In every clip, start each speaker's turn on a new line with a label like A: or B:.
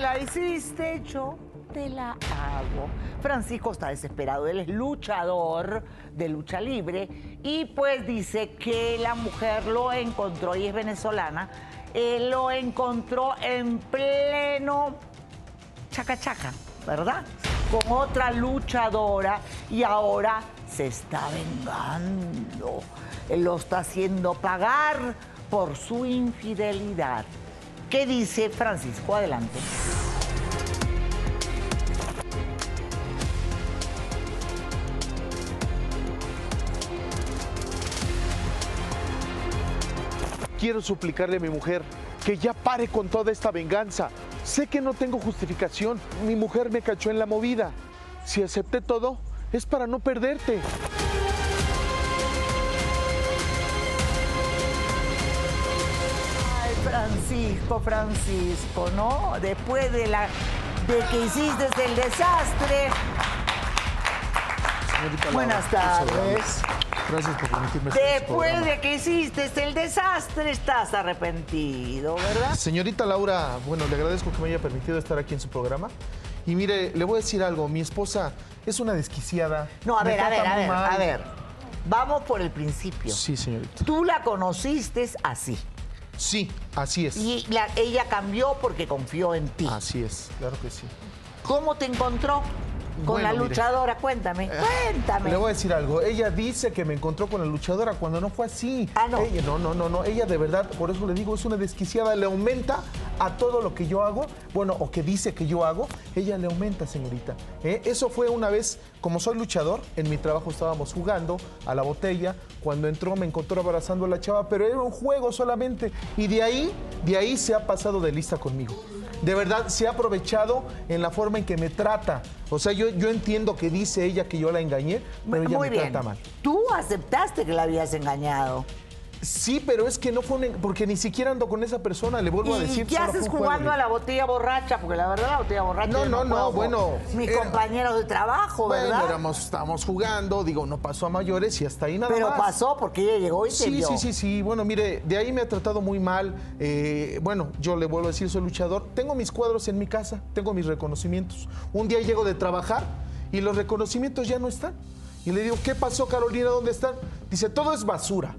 A: la hiciste, yo te la hago. Francisco está desesperado, él es luchador de lucha libre y pues dice que la mujer lo encontró y es venezolana, eh, lo encontró en pleno chacachaca, ¿verdad? Con otra luchadora y ahora se está vengando. Él lo está haciendo pagar por su infidelidad. ¿Qué dice Francisco? Adelante.
B: Quiero suplicarle a mi mujer que ya pare con toda esta venganza. Sé que no tengo justificación. Mi mujer me cachó en la movida. Si acepté todo, es para no perderte.
A: Ay, Francisco, Francisco, ¿no? Después de la de que hiciste el desastre.
C: Señorita Laura,
A: Buenas
C: por
A: tardes.
C: favor. Gracias por permitirme estar en su
A: Después
C: programa.
A: de que hiciste el desastre, estás arrepentido, ¿verdad?
C: Señorita Laura, bueno, le agradezco que me haya permitido estar aquí en su programa. Y mire, le voy a decir algo, mi esposa es una desquiciada.
A: No, a
C: me
A: ver, a
C: trata
A: ver, a
C: muy
A: ver,
C: mal.
A: a ver. Vamos por el principio.
C: Sí, señorita.
A: Tú la conociste así.
C: Sí, así es.
A: Y la- ella cambió porque confió en ti.
C: Así es, claro que sí.
A: ¿Cómo te encontró con
C: Bueno,
A: la
C: mire. Eh,
A: luchadora? Cuéntame, cuéntame.
C: Le voy a decir algo. Ella dice que me encontró con la luchadora cuando no fue así.
A: Ah, no.
C: Ella- no, no, no, no. Ella de verdad, por eso le digo, es una desquiciada. Le aumenta a todo lo que yo hago, bueno, o que dice que yo hago, ella le aumenta, señorita. ¿Eh? Eso fue una vez, como soy luchador, en mi trabajo estábamos jugando a la botella. Cuando entró me encontró abrazando a la chava, pero era un juego solamente. Y de ahí, de ahí se ha pasado de lista conmigo. De verdad, se ha aprovechado en la forma en que me trata. O sea, yo, yo entiendo que dice ella que yo la engañé, pero ella
A: Muy
C: me
A: bien.
C: trata mal.
A: Tú aceptaste que la habías engañado.
C: Sí, pero es que no fue un en- porque ni siquiera ando con esa persona, le vuelvo a
A: ¿Y
C: decir.
A: qué
C: solo
A: haces
C: fue un juego
A: jugando
C: de-
A: a la botella borracha? Porque la verdad la botella borracha.
C: No,
A: yo
C: no, no,
A: juego.
C: bueno,
A: Mis
C: era-
A: compañeros de trabajo, ¿verdad?
C: Bueno, éramos, estábamos jugando, digo, no pasó a mayores y hasta ahí nada
A: Pero
C: más.
A: pasó porque ella llegó y te
C: Sí,
A: vio.
C: sí, sí, sí. Bueno, mire, de ahí me ha tratado muy mal. Eh, bueno, yo le vuelvo a decir, soy luchador. Tengo mis cuadros en mi casa, tengo mis reconocimientos. Un día llego de trabajar y los reconocimientos ya no están. Y le digo, ¿qué pasó, Carolina? ¿Dónde están? Dice, todo es basura.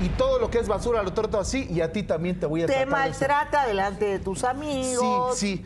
C: Y todo lo que es basura lo trato así y a ti también te voy a
A: Te
C: tratar. de esa
A: maltrata delante de tus amigos.
C: Sí, sí.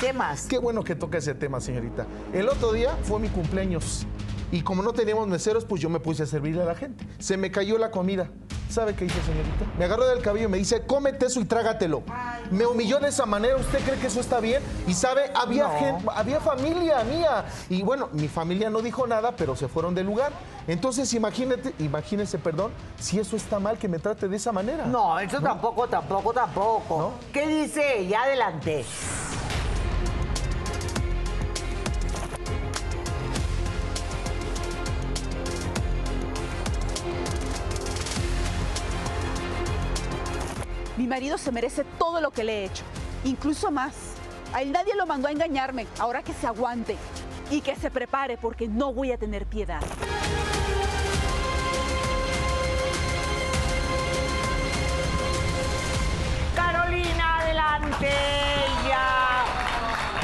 A: ¿Qué
C: Ah,
A: más?
C: Qué bueno que toca ese tema, señorita. El otro día fue mi cumpleaños y como no teníamos meseros, pues yo me puse a servirle a la gente. Se me cayó la comida. ¿Sabe qué hizo, señorita? Me agarró del cabello y me dice, cómete eso y trágatelo. Me humilló de esa manera. ¿Usted cree que eso está bien? Y sabe, había
A: No.
C: gente, había familia mía. Y bueno, mi familia no dijo nada, pero se fueron del lugar. Entonces, imagínate, imagínese, perdón, si eso está mal que me trate de esa manera.
A: No, eso tampoco, tampoco, tampoco.
C: ¿No?
A: ¿Qué dice ella? Adelante.
D: Mi marido se merece todo lo que le he hecho, incluso más. A él nadie lo mandó a engañarme, ahora que se aguante y que se prepare porque no voy a tener piedad.
A: Carolina, adelante. Ella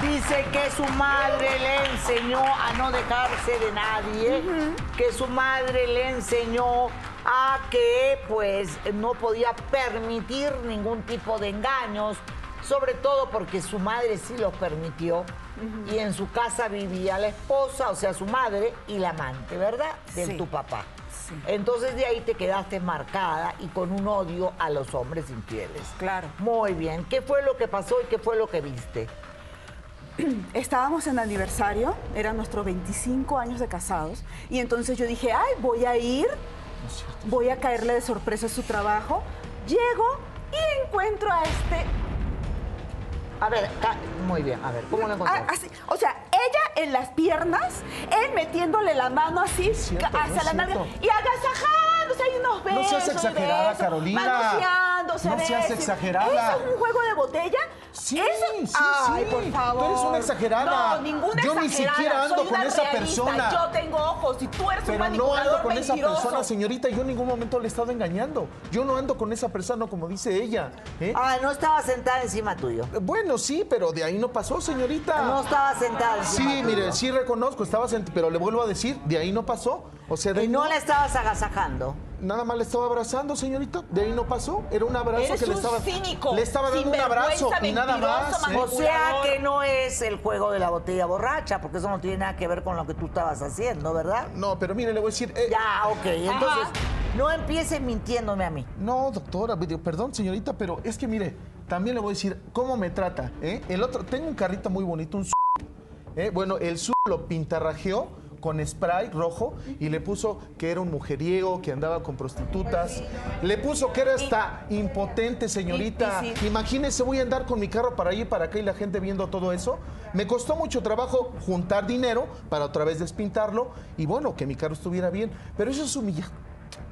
A: dice que su madre le enseñó a no dejarse de nadie, que su madre le enseñó a que pues no podía permitir ningún tipo de engaños, sobre todo porque su madre sí los permitió. Y en su casa vivía la esposa, o sea, su madre y la amante, ¿verdad? De
D: Sí.
A: tu papá.
D: Sí.
A: Entonces de ahí te quedaste marcada y con un odio a los hombres infieles.
D: Claro.
A: Muy bien. ¿Qué fue lo que pasó y qué fue lo que viste?
D: Estábamos en aniversario, eran nuestros 25 años de casados, y entonces yo dije, ay, voy a ir, voy a caerle de sorpresa a su trabajo. Llego y encuentro a este
A: A ver, ca- muy bien. A ver, ¿cómo lo
D: Ah,
A: encontraste?
D: así, o sea, ella en las piernas, él metiéndole la mano así
C: cierto,
D: ca- hacia
C: no es
D: la nalga
C: cierto.
D: y agasajando, o sea, hay unos besos.
C: No seas exagerada,
D: besos,
C: Carolina.
D: manoseando, burlándose
C: No
D: de
C: seas
D: él.
C: exagerada.
D: ¿Eso es un juego de botella?
C: Sí,
D: Eso-
C: sí,
D: Ay,
C: sí.
D: por favor.
C: Tú eres una exagerada.
D: No, ninguna
C: Yo ni
D: exagerada.
C: siquiera ando
D: Soy
C: con
D: una
C: esa
D: realista.
C: persona.
D: Yo tengo ojos y tú eres un
C: Pero no
D: manipulador
C: ando con
D: mentiroso.
C: esa persona, señorita. Yo en ningún momento le he estado engañando. Yo no ando con esa persona, como dice ella. ¿eh?
A: Ah, no estaba sentada encima tuyo.
C: Bueno, sí, pero de ahí no pasó, señorita.
A: No estaba sentada encima
C: Sí,
A: tuyo.
C: mire, sí reconozco, estaba sent- pero le vuelvo a decir, de ahí no pasó. O sea, de
A: Y
C: ahí
A: no
C: no-
A: la estabas agasajando.
C: nada más le estaba abrazando, señorita. De ahí no pasó. Era un abrazo
D: Eres
C: que le
D: un
C: estaba.
D: cínico,
C: le estaba dando un abrazo y
D: sinvergüenza,
C: nada más. ¿eh?
D: mentiroso,
A: O sea
D: Manipulador.
A: que no es el juego de la botella borracha, porque eso no tiene nada que ver con lo que tú estabas haciendo, ¿verdad?
C: No, pero mire, le voy a decir. eh,
A: Ya, ok. Entonces, no empieces mintiéndome a mí.
C: No, doctora, me digo, perdón, señorita, pero es que mire, también le voy a decir cómo me trata. ¿eh? El otro, tengo un carrito muy bonito, un ¿eh? Bueno, el sur lo pintarrajeó con spray rojo y le puso que era un mujeriego, que andaba con prostitutas. Le puso que era hasta impotente, señorita.
D: y sí.
C: Imagínese, voy a andar con mi carro para allá y para acá y la gente viendo todo eso. Me costó mucho trabajo juntar dinero para otra vez despintarlo y bueno, que mi carro estuviera bien. Pero eso es humilla-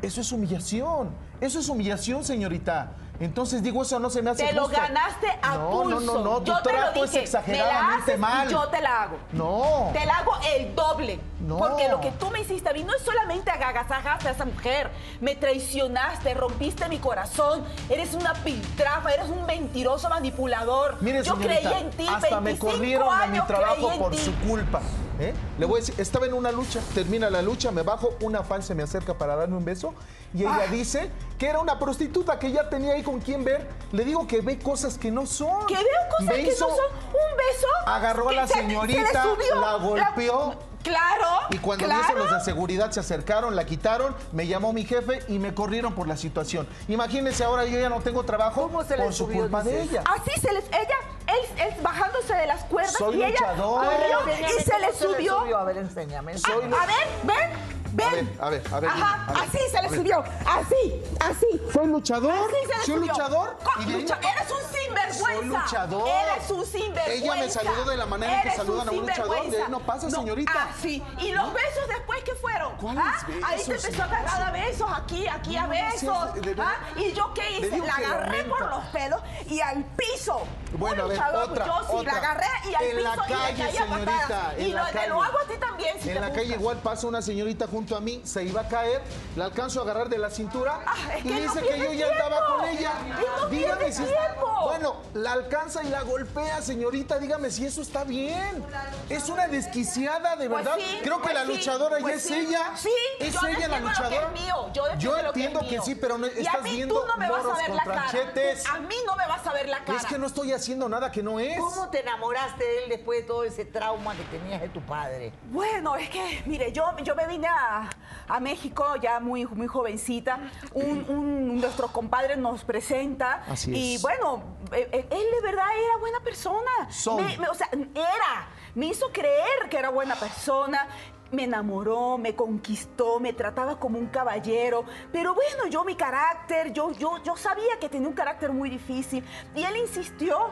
C: Eso es humillación. Eso es humillación, señorita. Entonces digo, eso no se me hace
D: Te lo
C: justo.
D: ganaste a
C: no,
D: pulso.
C: No, no, no, tu
D: yo te lo
C: trato es
D: dije. me la
C: exageradamente
D: haces
C: mal.
D: Y yo te la hago.
C: No.
D: Te la hago el doble.
C: No.
D: Porque lo que tú me hiciste a mí no es solamente agagasajaste a esa mujer. Me traicionaste, rompiste mi corazón. Eres una piltrafa, eres un mentiroso manipulador.
C: Mire,
D: Yo
C: señorita,
D: creía en ti.
C: hasta me
D: 25
C: corrieron a mi
D: años
C: trabajo
D: creí en
C: por
D: ti.
C: su culpa. ¿eh? Le voy a decir, estaba en una lucha, termina la lucha, me bajo, una fan se me acerca para darme un beso y ella
D: Ah.
C: dice que era una prostituta que ya tenía ahí con quién ver. Le digo que ve cosas que no son.
D: Que veo cosas
C: Me
D: que
C: hizo-
D: no son. Un beso.
C: Agarró a
D: que
C: la
D: se- se le
C: señorita,
D: subió,
C: la golpeó.
D: Claro.
C: Y cuando
D: claro.
C: vieron los de seguridad se acercaron, la quitaron, me llamó mi jefe y me corrieron por la situación. Imagínense ahora yo ya no tengo trabajo
A: ¿Cómo se le
C: por su
A: subió,
C: culpa de
A: dices?
C: ella.
D: Así se les. Ella, él, él bajándose de las cuerdas
C: Soy
D: y ella
C: luchador.
D: corrió
A: A ver, enséñame
D: y se
A: cómo
D: le subió.
A: A ver, enséñame.
D: Ah,
C: Soy-
D: a ver, ven, ven.
C: A ver, a ver, a ver,
D: Ajá,
C: a ver,
D: así se le
C: a ver.
D: subió. Así, así.
C: Soy luchador,
D: Así se le
C: soy
D: subió.
C: luchador.
D: Co-
C: y de ahí
D: lucha-
C: no-
D: eres un sinvergüenza.
C: Soy luchador.
D: Eres un sinvergüenza.
C: Ella me saludó de la manera en que
D: Eres
C: saludan a un luchador,
D: sinvergüenza.
C: de ahí no pasa, señorita.
D: Ah, sí. ¿Y los besos después qué fueron?
C: ¿Cuáles
D: ¿Ah? Ahí
C: besos,
D: te empezó a
C: señora?
D: agarrar a besos, aquí, aquí a
C: No, no
D: besos.
C: seas- de verdad.
D: ¿ah? ¿Y yo qué
C: Le
D: hice?
C: digo
D: La
C: que lo
D: agarré por
C: lamento.
D: los pelos y al piso.
C: Bueno, a
D: un
C: ver,
D: luchador,
C: otra,
D: Yo sí
C: otra.
D: la agarré y al
C: En la
D: piso y
C: calle,
D: le caí a patadas.
C: señorita,
D: Y
C: en la
D: lo- te lo
C: calle.
D: hago a ti también, si te
C: En la
D: gusta.
C: calle igual pasa una señorita junto a mí, se iba a caer, la alcanzo a agarrar de la cintura
D: Ah, es
C: y
D: que no
C: dice que
D: pierde
C: yo ya andaba
D: tiempo.
C: con ella.
D: Es no pierde tiempo.
C: Bueno, la alcanza y la golpea, señorita, dígame si eso está bien. Es una desquiciada, de
D: Pues
C: verdad.
D: sí,
C: Creo que
D: pues
C: la
D: sí,
C: luchadora
D: pues
C: ya
D: sí.
C: es ella.
D: Sí,
C: es ella
D: yo
C: la
D: defiendo lo que
C: luchadora.
D: es mío, yo defiendo lo que es
C: entiendo que,
D: mío.
C: sí, pero no,
D: Y a
C: estás
D: mí tú
C: viendo
D: no me vas a
C: moros
D: ver
C: con
D: la cara.
C: tranchetes.
D: A mí no me vas a ver la cara.
C: Es que no estoy haciendo nada que no es.
A: ¿Cómo te enamoraste de él después de todo ese trauma que tenías de tu padre?
D: Bueno, es que, mire, yo, yo me vine a, a México ya muy, muy jovencita. Un, un- nuestro compadre nos presenta.
C: Así
D: Y
C: es.
D: bueno, eh, eh, él de verdad era buena persona.
C: Son.
D: Me- me- o sea, era. Me hizo creer que era buena persona. Me enamoró, me conquistó, me trataba como un caballero. Pero bueno, yo mi carácter, yo, yo, yo sabía que tenía un carácter muy difícil. Y él insistió.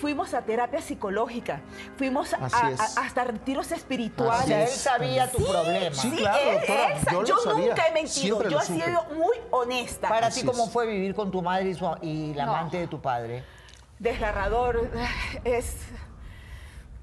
D: Fuimos a terapia psicológica, fuimos a-
C: Así
D: a-
C: es.
D: hasta retiros espirituales
A: O
C: Así
A: sea, él
C: es.
A: sabía tu problema.
C: Sí, claro,
D: él-
C: doctora,
D: él sa-
C: yo lo
D: yo
C: sabía,
D: nunca he mentido.
C: siempre
D: Yo
C: lo
D: he
C: supe.
D: sido muy honesta.
A: Para
C: Así
A: ti, ¿cómo
C: es.
A: fue vivir con tu madre y, su- y la
D: No.
A: amante de tu padre?
D: Desgarrador. Es.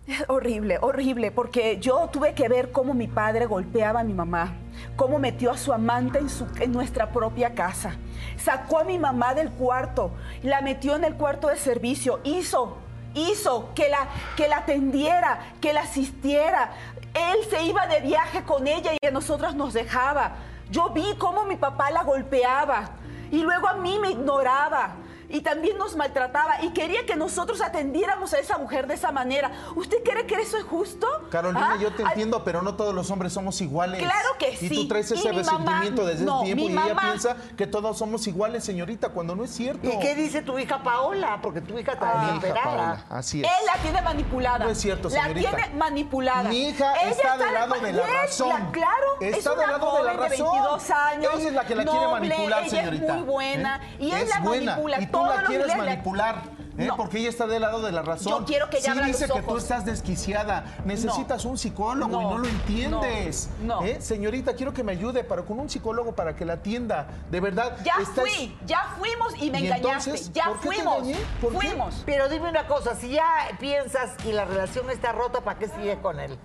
D: es horrible, horrible, porque yo tuve que ver cómo mi padre golpeaba a mi mamá, cómo metió a su amante en, su- en nuestra propia casa, sacó a mi mamá del cuarto, la metió en el cuarto de servicio, hizo, hizo que la, que la atendiera, que la asistiera. Él se iba de viaje con ella y a nosotras nos dejaba. Yo vi cómo mi papá la golpeaba y luego a mí me ignoraba y también nos maltrataba y quería que nosotros atendiéramos a esa mujer de esa manera. ¿Usted cree que eso es justo?
C: Carolina,
D: ¿Ah?
C: yo te
D: Al-
C: entiendo, pero no todos los hombres somos iguales.
D: Claro que
C: Y
D: sí.
C: tú traes
D: Y
C: ese
D: mi
C: resentimiento
D: mamá-
C: desde
D: no,
C: ese tiempo
D: mi
C: y ella
D: mamá-
C: piensa que todos somos iguales, señorita, cuando no es cierto.
A: ¿Y qué dice tu hija Paola? Porque tu hija está
C: Ah. Mi hija Paola,
A: desesperada.
C: así es.
D: Él la tiene manipulada.
C: No es cierto,
D: La
C: señorita.
D: tiene manipulada.
C: Mi hija
D: Ella
C: está del lado
D: pa-
C: de la
D: y él,
C: razón.
D: la- claro, es
C: Está
D: una
C: del lado de la
D: joven de
C: razón.
D: 22 años.
C: Ella es la que la quiere
D: noble,
C: manipular,
D: ella
C: señorita.
D: Es muy buena
C: ¿Eh?
D: y él
C: Es
D: la
C: buena,
D: manipula.
C: Y tú
D: Todos
C: la
D: los
C: quieres
D: días la-
C: manipular. ¿eh? ¿eh?
E: No.
C: Porque ella está del lado de la razón.
E: Yo quiero que ella
C: sí
E: abra
C: dice
E: los
C: que tú
E: ojos.
C: estás desquiciada, necesitas un psicólogo y
E: No.
C: no lo entiendes.
E: No. No.
C: ¿eh? Señorita, quiero que me ayude para con un psicólogo para que la atienda. De verdad.
E: Ya
C: estás-
E: fui, ya fuimos y me
C: ¿Y
E: engañaste.
C: entonces?
E: ya
C: ¿Por qué te
E: fuimos.
C: engañé? ¿Por qué?
E: fuimos.
A: Pero dime una cosa, si ya piensas y la relación está rota, ¿para qué sigues con él?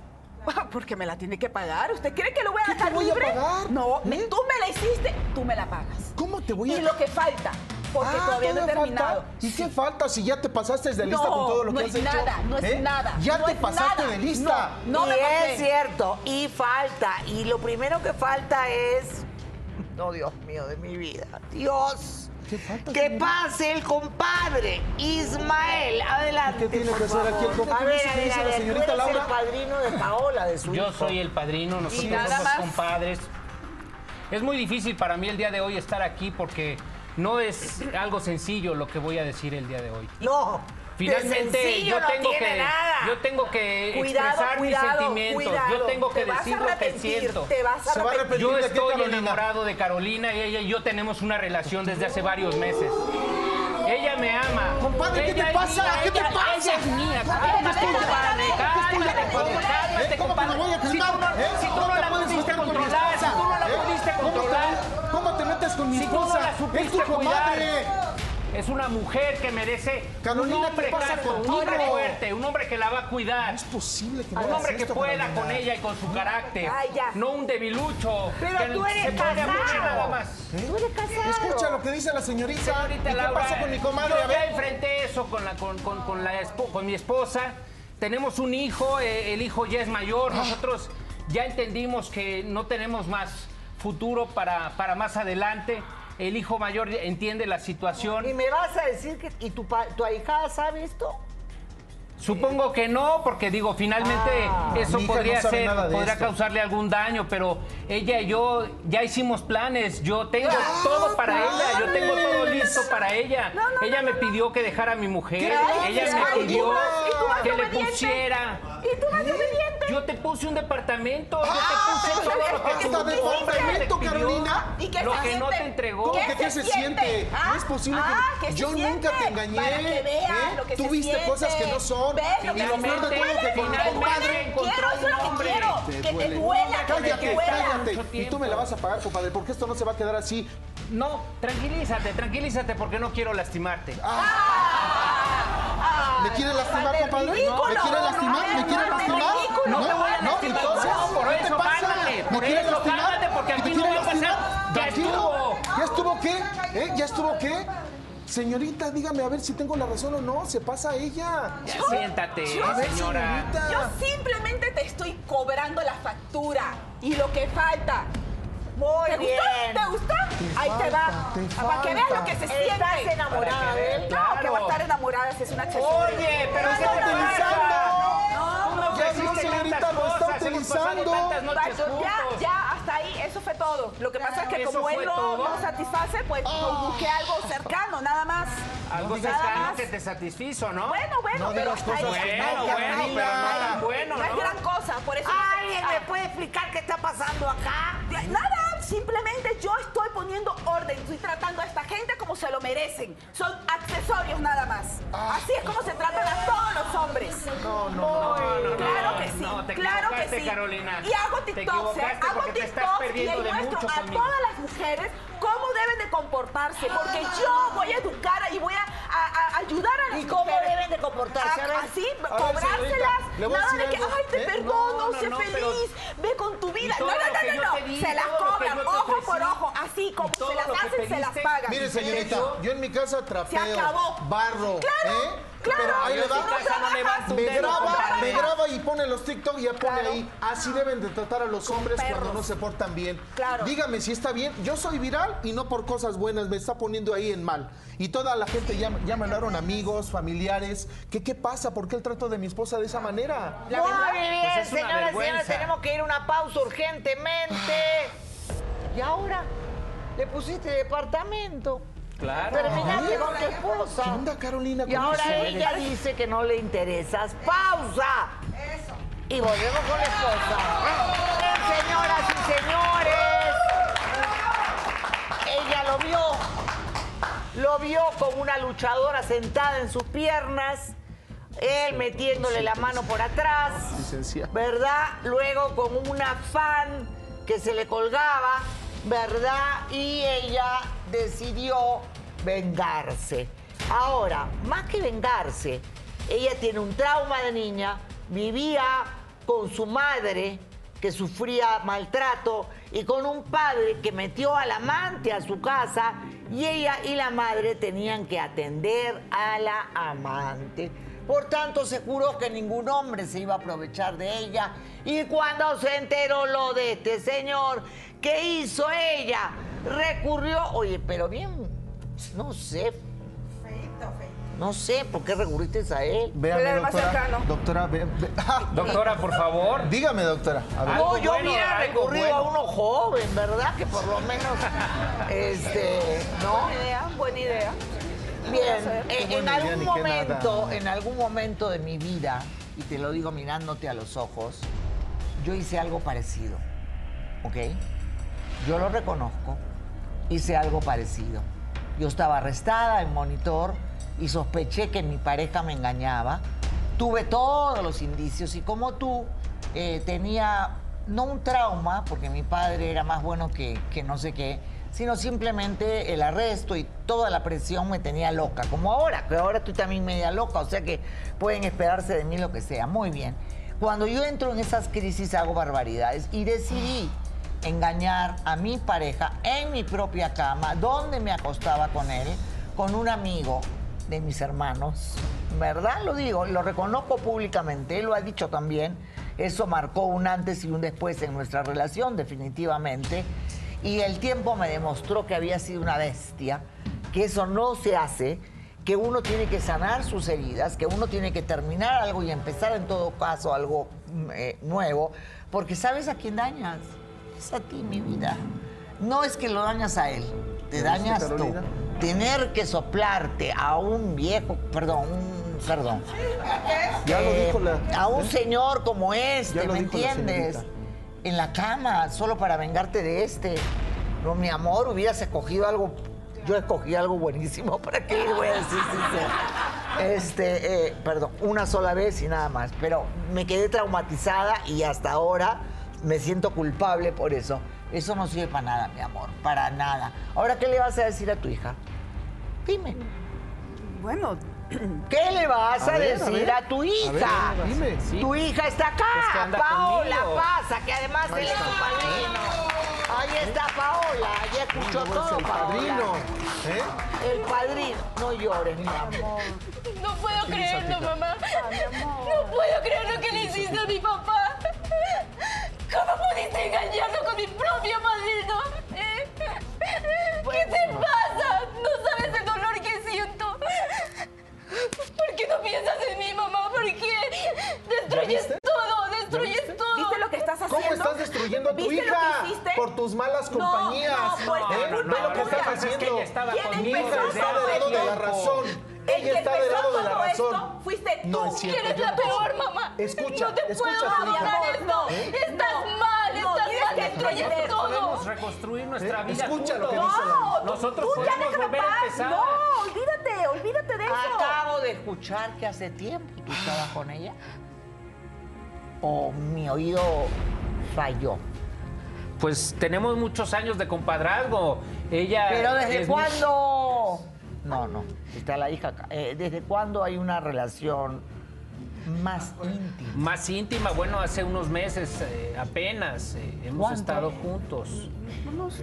D: Ah, Porque me la tiene que pagar. ¿Usted cree que lo voy a
C: ¿Qué te
D: dejar
C: voy a
D: libre?
C: pagar?
D: No, me-
C: ¿Eh?
D: tú me la hiciste, tú me la pagas.
C: ¿Cómo te voy a
D: Y lo que falta, porque
C: Ah,
D: todavía no he
C: ¿todavía
D: terminado.
C: falta? ¿Y qué falta si ya te pasaste de lista
D: No,
C: con todo lo
D: no
C: que
D: es
C: has hecho?
D: nada, no es nada,
C: Ya
D: no
C: te
D: es
C: pasaste
D: nada.
C: de lista.
D: No
A: y
D: me
A: es
D: pasé.
A: cierto, y falta. Y lo primero que falta es. No, Dios mío, de mi vida. Dios.
C: ¿Qué falta,
A: que
C: señora?
A: pase el compadre Ismael. Adelante.
C: ¿Qué tiene
A: por
C: que hacer
A: favor.
C: aquí el compadre?
A: A ver,
C: ¿Qué
A: a
C: dice
A: ver, a
C: la
A: ver. tú
C: señorita
A: eres
C: Laura?
A: el padrino de Paola, de su
F: Yo
A: hijo.
F: soy el padrino, nosotros
D: nada
F: somos
D: más.
F: compadres. Es muy difícil para mí el día de hoy estar aquí porque no es algo sencillo lo que voy a decir el día de hoy.
A: No. de
F: Finalmente
A: sencillo
F: yo tengo
A: no tiene
F: que
A: nada.
F: yo tengo que
D: Cuidado,
F: expresar mis
D: cuidado,
F: sentimientos, yo
D: cuidado.
F: tengo que
D: Te vas a
F: decir lo que
D: arrepentir,
F: siento.
D: Te vas a
C: Se va a
D: arrepentir.
C: arrepentir
F: Yo
C: Pues, de qué,
F: estoy
C: Carolina.
F: enamorado de Carolina y ella y yo tenemos una relación desde hace varios meses. Ella me ama.
C: Compadre, ¿qué
F: Ella
C: te
F: es
C: pasa?
F: mía,
C: ¿Qué te
F: ella-
C: pasa?
F: Ella es mía.
C: Compadre,
F: Compadre,
C: estoy
F: compadre, Cálmate, compadre, cálmate,
C: ¿Eh? ¿Cómo te
F: compadre.
C: lo voy a
F: Si tú
C: contar?
F: no-
C: ¿Eh?
F: Si tú
C: ¿Cómo
F: no
C: te
F: la
C: puedes
F: pudiste
C: meter con mi
F: controlar, si
C: esposa?
F: tú no la
C: ¿Eh?
F: pudiste
C: ¿Cómo te-
F: controlar,
C: ¿Cómo te metes con mi
F: si tú no
C: esposa?
F: la
C: Es
F: supiste
C: tu
F: cuidar,
C: comadre.
F: es una mujer que merece
C: Carolina,
F: un
C: ¿qué
F: hombre
C: pasa
F: casto, un
C: contigo?
F: hombre fuerte, un hombre que la va a cuidar,
C: Es posible que no
F: un
C: hagas
F: hombre que
C: esto,
F: pueda
C: Carolina.
F: con ella y con su carácter,
D: Ay, ya.
F: no un debilucho
A: Pero
F: que
A: tú eres
F: se pone a mucho y nada
A: casado.
F: más.
A: Tú eres casado.
C: ¿Eh? Escucha lo que dice la señorita.
F: Señorita
C: ¿Y qué
F: Laura,
C: pasó con mi comadre?
F: Yo
C: A
F: ya
C: ver.
F: enfrenté eso con, la, con, con- con la espo- con mi esposa. Tenemos un hijo, eh, el hijo ya es mayor. Nosotros ya entendimos que no tenemos más futuro para, para más adelante. El hijo mayor entiende la situación.
A: Y me vas a decir que. ¿Y tu, pa- tu ahijada sabe esto?
F: Supongo que no, porque digo, finalmente
A: Ah,
F: eso
C: mi hija
F: podría
C: no sabe
F: ser,
C: nada de
F: podría
C: esto.
F: causarle algún daño, pero ella y yo ya hicimos planes, yo tengo
C: ¡Ah,
F: todo para ella, yo tengo todo
C: planes!
F: listo para ella. ella me pidió que dejara a mi mujer,
C: ¡Qué
F: ella
C: gracias!
F: me
C: ¡Ay,
F: pidió
C: tú vas- y tú vas
F: que le
D: obediente!
F: pusiera.
D: Y tú vas
C: ¿Eh?
D: obediente.
F: Yo te puse un departamento, yo
C: ¡Ah!
F: te puse todo lo que
C: ¡Hasta
F: tu mujer te
C: departamento,
F: pidió,
C: Carolina!
D: ¿Y qué
F: lo
D: se
F: que no
D: siente?
F: te entregó.
C: ¿Cómo que qué se siente?
D: Ah,
C: No es posible que-
D: ah, ¿qué se
C: yo
D: siente?
C: nunca te engañé.
D: Para que veas
C: ¿eh?
D: lo que
C: Tú
D: se
C: viste
D: siente.
C: cosas que no son.
D: Ves lo
C: y
D: que
C: lo
D: se
C: peor de
F: siente.
C: todo que con mi
F: Finalmente
C: compadre.
F: encontró
D: Quiero
F: un
D: eso es lo que
F: hombre.
D: quiero. Que te duela, que te
C: Cállate,
D: duela.
C: cállate.
F: Mucho
C: Y tú me la vas a pagar, compadre, porque esto no se va a quedar así.
F: No, tranquilízate, tranquilízate porque no quiero lastimarte.
C: Ah, ¿Me quiere lastimar, compadre?
D: ridículo.
C: ¿Me quiere lastimar? ¿Me quiere
D: Cálmate,
C: lastimar?
D: ridículo.
F: No te voy a
C: no,
F: lastimar,
C: entonces,
F: no, por
C: ¿qué te
F: eso
C: pasa?
F: cálmate,
C: ¿Me
F: por
C: quieres
F: eso
C: lastimar?
F: cálmate, porque aquí
C: ¿Me
F: no
C: quieres
F: va a pasar.
C: lastimar?
F: Ya
C: Tranquilo.
F: estuvo.
C: ¿Ya estuvo qué? ¿Eh? ¿Ya estuvo qué? Señorita, dígame a ver si tengo la razón o no. Se pasa ella.
F: Ya siéntate,
C: A ver,
F: señora.
C: señorita.
D: Yo simplemente te estoy cobrando la factura y lo que falta.
A: Muy
D: ¿Te
A: bien.
D: gustó? ¿Te gustó? Ahí te va.
C: falta, te
D: Para que veas
C: falta.
D: lo que se siente.
A: Estás enamorada de él.
D: No, que va a estar enamorada si es una accesorios.
F: ¿eh? Oye, pero ¿qué te pasa? Tú
D: No,
F: me
C: Ya
F: ofreciste
C: vio, señorita,
F: tantas
C: lo está
F: cosas, hemos pasado
C: utilizando.
F: tantas noches
D: Pato, ya,
F: juntos.
D: ya, hasta ahí, eso fue todo. Lo que pasa es que
F: ¿Eso
D: como
F: fue
D: él no,
F: todo? Oh.
D: no satisface, pues pues, busqué algo cercano, nada más.
F: Algo
D: Nada
F: cercano
D: más.
F: que te satisfizo, ¿no?
D: "Ah, Bueno, bueno,
C: No
D: pero
C: digas
D: hasta ahí.
C: cosas que no,
D: hasta
C: bueno,
D: ahí.
C: pero no tan
F: bueno,
D: No es
F: ¿no?
D: gran cosa, por eso... no te-
A: ¿Alguien me puede explicar qué está pasando acá?
D: Ah, Nada, simplemente yo estoy poniendo orden, estoy tratando a esta gente como se lo merecen. Son accesorios nada más.
C: Ah.
D: Así es como se tratan a todos los hombres.
C: No, no, no.
F: No, no, no,
D: Claro que sí,
F: no, te
D: claro que
F: equivocaste,
D: sí.
F: Carolina.
D: Y hago
F: Te
D: TikToks, ¿eh?
F: equivocaste
D: hago
F: porque te estás
D: TikToks y
F: perdiendo
D: ahí
F: de
D: muestro
F: mucho
D: a
F: conmigo.
D: todas las mujeres cómo deben de comportarse, porque yo voy a educar y voy a, a- a ayudar a las
A: ¿Y cómo
D: mujeres.
A: deben de comportarse? A ver.
D: A- así,
C: A ver,
D: cobrárselas,
C: señorita, le voy a
D: nada de
C: decir
D: que,
C: algo,
D: ay, te
C: ¿eh?
D: perdono,
F: No, no,
D: sé
F: no, pero-
D: feliz, ve con tu vida.
F: Y
D: No,
F: todo
D: no,
F: lo que
D: no,
F: yo
D: no,
F: te
D: no,
F: di,
D: se las
F: todo lo que
D: cobran,
F: yo te
D: ojo
F: ofrecí.
D: por ojo, así como
F: todo
D: se las
F: lo que
D: hacen, se las
F: pediste.
D: pagan.
C: Mire, señorita, yo en mi casa trapeo,
D: Se acabó.
C: barro, ¿eh?
D: Claro, claro.
C: Pero ahí
D: Yo
C: le
D: en mi
C: va.
D: casa no levanto un
C: me
D: dedo,
C: graba,
D: compadre.
C: ¿eh? me graba y pone los TikTok y ya pone
D: Claro.
C: ahí. Así deben de tratar a los hombres cuando
D: perros.
C: no se portan bien.
D: Claro.
C: Dígame si está bien. Yo soy viral y no por cosas buenas, me está poniendo ahí en mal. Y toda la gente ya, ya mandaron amigos, familiares. ¿Qué, ¿Qué pasa? ¿Por qué el trato de mi esposa de esa manera?
A: Muy bien,
F: Pues es una
A: señoras y señores,
F: vergüenza.
A: tenemos que ir a una pausa urgentemente. Y ahora le pusiste departamento.
F: Claro.
A: Terminaste con tu
C: ¿Qué
A: esposa.
C: onda, Carolina?
A: Y
C: con tus
A: ahora ella
C: señores?
A: dice que no le interesas. ¡Pausa! Y volvemos con la esposa. Bien, señoras y señores. Ella lo vio. Lo vio con una luchadora sentada en sus piernas, él metiéndole la mano por atrás,
B: Licenciado.
A: ¿verdad? Luego con una fan que se le colgaba, ¿verdad? Y ella decidió vengarse. Ahora, más que vengarse, ella tiene un trauma de niña, vivía con su madre que sufría maltrato y con un padre que metió al amante a su casa y ella y la madre tenían que atender a la amante. Por tanto, se juró que ningún hombre se iba a aprovechar de ella y cuando se enteró lo de este señor, ¿qué hizo ella? Recurrió, oye, pero bien, no sé, no sé por qué recurriste a él.
D: Pero
C: Véame,
D: era más
C: doctora.
D: cercano.
C: Doctora, ve- ve- Ah,
F: Doctora, por favor.
C: dígame, doctora. A ver.
A: No,
F: Algo
A: yo
F: bueno,
A: hubiera
F: algo
A: recurrido
F: bueno.
A: a uno joven, ¿verdad? Que por lo menos, este, ¿no?
D: Buena idea, buena idea.
A: Bien, eh, en
C: buena idea,
A: algún
C: ni qué nada.
A: momento, en algún momento de mi vida, y te lo digo mirándote a los ojos, yo hice algo parecido, ¿ok? Yo lo reconozco, hice algo parecido. Yo estaba arrestada en monitor y sospeché que mi pareja me engañaba. Tuve todos los indicios y como tú, eh, tenía no un trauma, porque mi padre era más bueno que, que no sé qué, sino simplemente el arresto y toda la presión me tenía loca, como ahora, que ahora estoy también media loca, o sea que pueden esperarse de mí lo que sea. Muy bien. Cuando yo entro en esas crisis hago barbaridades y decidí engañar a mi pareja en mi propia cama, donde me acostaba con él, con un amigo de mis hermanos. ¿Verdad? Lo digo, lo reconozco públicamente, él lo ha dicho también. Eso marcó un antes y un después en nuestra relación, definitivamente. Y el tiempo me demostró que había sido una bestia, que eso no se hace, que uno tiene que sanar sus heridas, que uno tiene que terminar algo y empezar en todo caso algo mm, eh, nuevo, porque sabes a quién dañas, es a ti mi vida. No es que lo dañas a él, te dañas tú.
C: Carolina?
A: Tener que soplarte a un viejo, perdón, un- perdón,
C: Ya lo
A: eh,
C: dijo la.
A: a un
C: ¿eh?
A: señor como
C: Ya
A: este,
C: lo
A: ¿me
C: dijo la
A: entiendes?
C: señorita.
A: En la cama, solo para vengarte de este. No, mi amor, hubieras escogido algo. Yo escogí algo buenísimo, ¿para qué le voy a decir sincero? Este, eh, perdón, una sola vez y nada más. Pero me quedé traumatizada y hasta ahora me siento culpable por eso. Eso no sirve para nada, mi amor, para nada. Ahora, ¿qué le vas a decir a tu hija? Dime.
D: Bueno,
A: ¿Qué le vas a,
C: A ver, a
A: decir
C: ver.
A: a, tu hija?
C: A ver, dime.
F: Sí.
A: Tu hija está acá,
F: Es que anda
A: Paola
F: conmigo.
A: pasa, que además él es su padrino. Ahí está Paola, ya escuchó todo,
C: el
A: Paola.
C: padrino. ¿eh?
A: El padrino. No llores, mi amor.
G: No puedo creerlo, mamá.
D: Ah,
G: No puedo creer lo que le hiciste a mi papá. ¿Cómo pudiste engañarlo con mi propio marido? ¿Eh? ¿Qué te pasa? No sabes el dolor que siento. ¿Por qué no piensas en mí, mamá? ¿Por qué? Destruyes todo, destruyes todo.
D: ¿viste lo que estás haciendo?
C: ¿Cómo estás destruyendo a tu
D: ¿Viste lo
C: hija?
D: que hiciste?
C: Por tus malas
D: No,
C: compañías.
D: no, pues,
C: ¿eh?
D: no, no,
C: Ve lo que
D: no,
C: estás
D: no,
F: es que
C: haciendo.
F: ella estaba
D: ¿Quién
F: conmigo
D: empezó
C: Ella
F: desde
C: está del
F: hace
C: lado de la
F: tiempo.
C: razón.
D: El que
C: Ella está del
D: empezó
C: lado de la
D: todo esto
C: razón.
D: fuiste tú.
C: No es
G: Tú
C: cierto.
G: eres
C: yo
G: la
C: no pienso.
G: peor, mamá.
C: Escucha,
G: no te
C: escucha
G: puedo
C: a tu hija.
G: perdonar
D: Amor,
G: esto.
D: no.
G: Estás
D: No,
G: mal,
D: no,
G: estás
D: tienes
G: mal,
D: que
G: destruyes
D: entender,
G: todo.
F: Podemos reconstruir nuestra
C: ¿Eh?
F: vida.
C: Escucha lo que
F: juntos.
C: dice la-
D: No, tú-
F: Nosotros
D: tú ya
F: podemos
D: déjame
F: volver a
D: paz.
F: empezar.
D: No, olvídate, olvídate de eso.
A: Acabo de escuchar que hace tiempo tú estabas con ella. O mi oído falló.
F: Pues tenemos muchos años de compadrazgo. Ella.
A: Pero ¿desde
F: es mi-
A: cuándo? No, no, está la hija acá. Eh, ¿Desde cuándo hay una relación más íntima?
F: Más íntima, bueno, hace unos meses eh, apenas eh, hemos
A: ¿Cuánto?
F: estado juntos.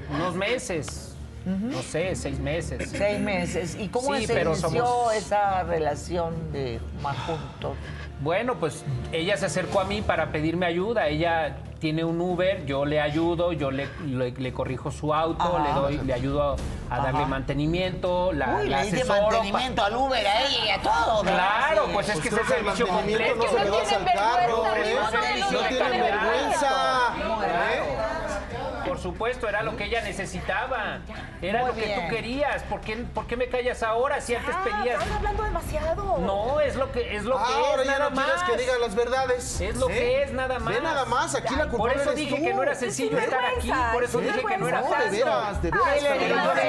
F: Unos meses, no sé, seis meses.
A: Seis meses. ¿Y cómo
F: Sí,
A: se
F: pero
A: inició
F: somos-
A: esa relación de más juntos?
F: Bueno, pues ella se acercó a mí para pedirme ayuda. Ella tiene un Uber, yo le ayudo, yo le, le- le corrijo su auto,
A: Ajá.
F: le doy, le ayudo a, a darle
A: Ah, pues, Ajá.
F: mantenimiento, la,
A: Uy,
F: la
A: le diste
F: asesoro pa-
A: mantenimiento al Uber, a ella y a todo. ¿verdad?
F: Claro,
A: Sí.
F: pues es que ese
C: Pues creo que el
F: servicio
C: mantenimiento
F: completo.
C: no se le
G: No
C: das al
G: tienen
C: carro, ¿eh?
G: vergüenza,
A: ninguno de los
C: No
A: dos.
C: tienen vergüenza. ¿eh?
F: Por supuesto, era lo que ella necesitaba. Era
A: Muy
F: lo que
A: bien.
F: tú querías. ¿Por qué, por qué me callas ahora si antes
D: Ah,
F: pedías?
D: estás hablando demasiado.
F: No, es lo que es lo que
C: Ahora
F: es
C: ya
F: nada
C: no quieres
F: más.
C: que diga las verdades.
F: Es lo
C: ¿eh?
F: que es nada más.
C: Ve nada más, aquí la
F: Por
C: culpable
F: eso
C: eres
F: dije
C: tú.
F: que no era sencillo
D: Es
F: estar aquí,
D: vergüenza,
F: por eso
D: es
F: dije que no era
D: vergüenza.
C: No, de
F: fácil.
C: veras, de
D: Ay,
C: veras.
F: Pero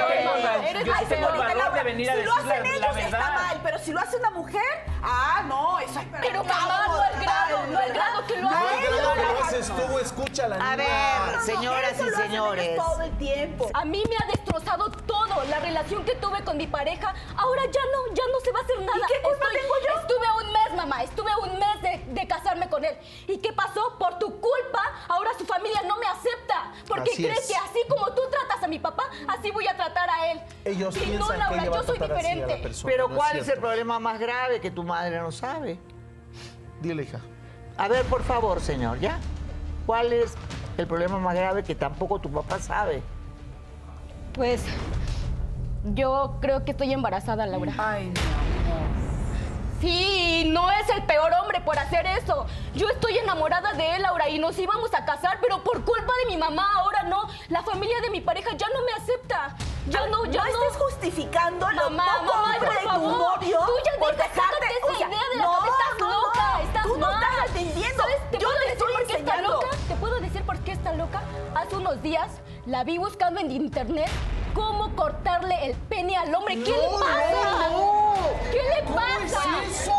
D: señorita
F: yo sí tengo
D: Laura,
F: la- yo
D: ay,
F: sí tengo el
D: señorita
F: valor de
D: Laura,
F: venir a
D: si lo
F: decir
D: hacen
F: la, la
D: ellos está
F: verdad.
D: mal, pero si lo hace una mujer, ah, no, eso es
G: Pero mamá, no al grado, no al grado que lo
D: No,
G: haga
D: al
G: ella.
D: grado que lo
C: haces tú, escúchala,
A: A ver, señoras y señores.
D: todo el tiempo.
G: A mí me ha destrozado todo. La relación que tuve con mi pareja, ahora ya no, ya no se va a hacer nada.
D: qué culpa
G: Estoy-
D: tengo yo?
G: Estuve un mes, mamá, estuve un mes de, de casarme con él. ¿Y qué pasó? Por tu culpa, ahora su familia no me acepta. Porque
C: Así
G: crees
C: es.
G: que así como tú tratas a mi papá, así voy a tratar a él.
C: Ellos
G: y
C: piensan
G: no, Laura,
C: que ella va
G: yo
C: a
G: soy
C: tratar así a
G: diferente.
C: la persona.
A: Pero
C: no
A: ¿cuál es el
C: cierto.
A: problema más grave que tu madre no sabe?
C: Dile, hija.
A: A ver, por favor, señor, ¿ya? ¿Cuál es el problema más grave que tampoco tu papá sabe?
G: Pues yo creo que estoy embarazada, Laura.
D: Ay, no.
G: Sí, no es el peor hombre por hacer eso. Yo estoy enamorada de él, Laura, y nos íbamos a casar, pero por culpa de mi mamá, ahora no. La familia de mi pareja ya no me acepta. Ya no, ya
D: no,
G: no.
D: estés justificando lo
G: Mamá,
D: poco
G: mamá,
D: hombre
G: por
D: de tu
G: favor,
D: novio.
G: tú ya
D: por
G: deja,
D: dejarte-
G: sácate esa idea de la cabeza, estás loca, estás
D: tú no
G: mal.
D: estás atendiendo.
G: ¿Sabes? ¿Te
D: Yo
G: puedo
D: te
G: decir
D: estoy
G: por qué está
D: enseñando.
G: loca? ¿Te puedo decir por qué está loca? Hace unos días la vi buscando en internet cómo cortarle el pene al hombre. ¿Qué le pasa? ¿Qué le pasa?
C: eso?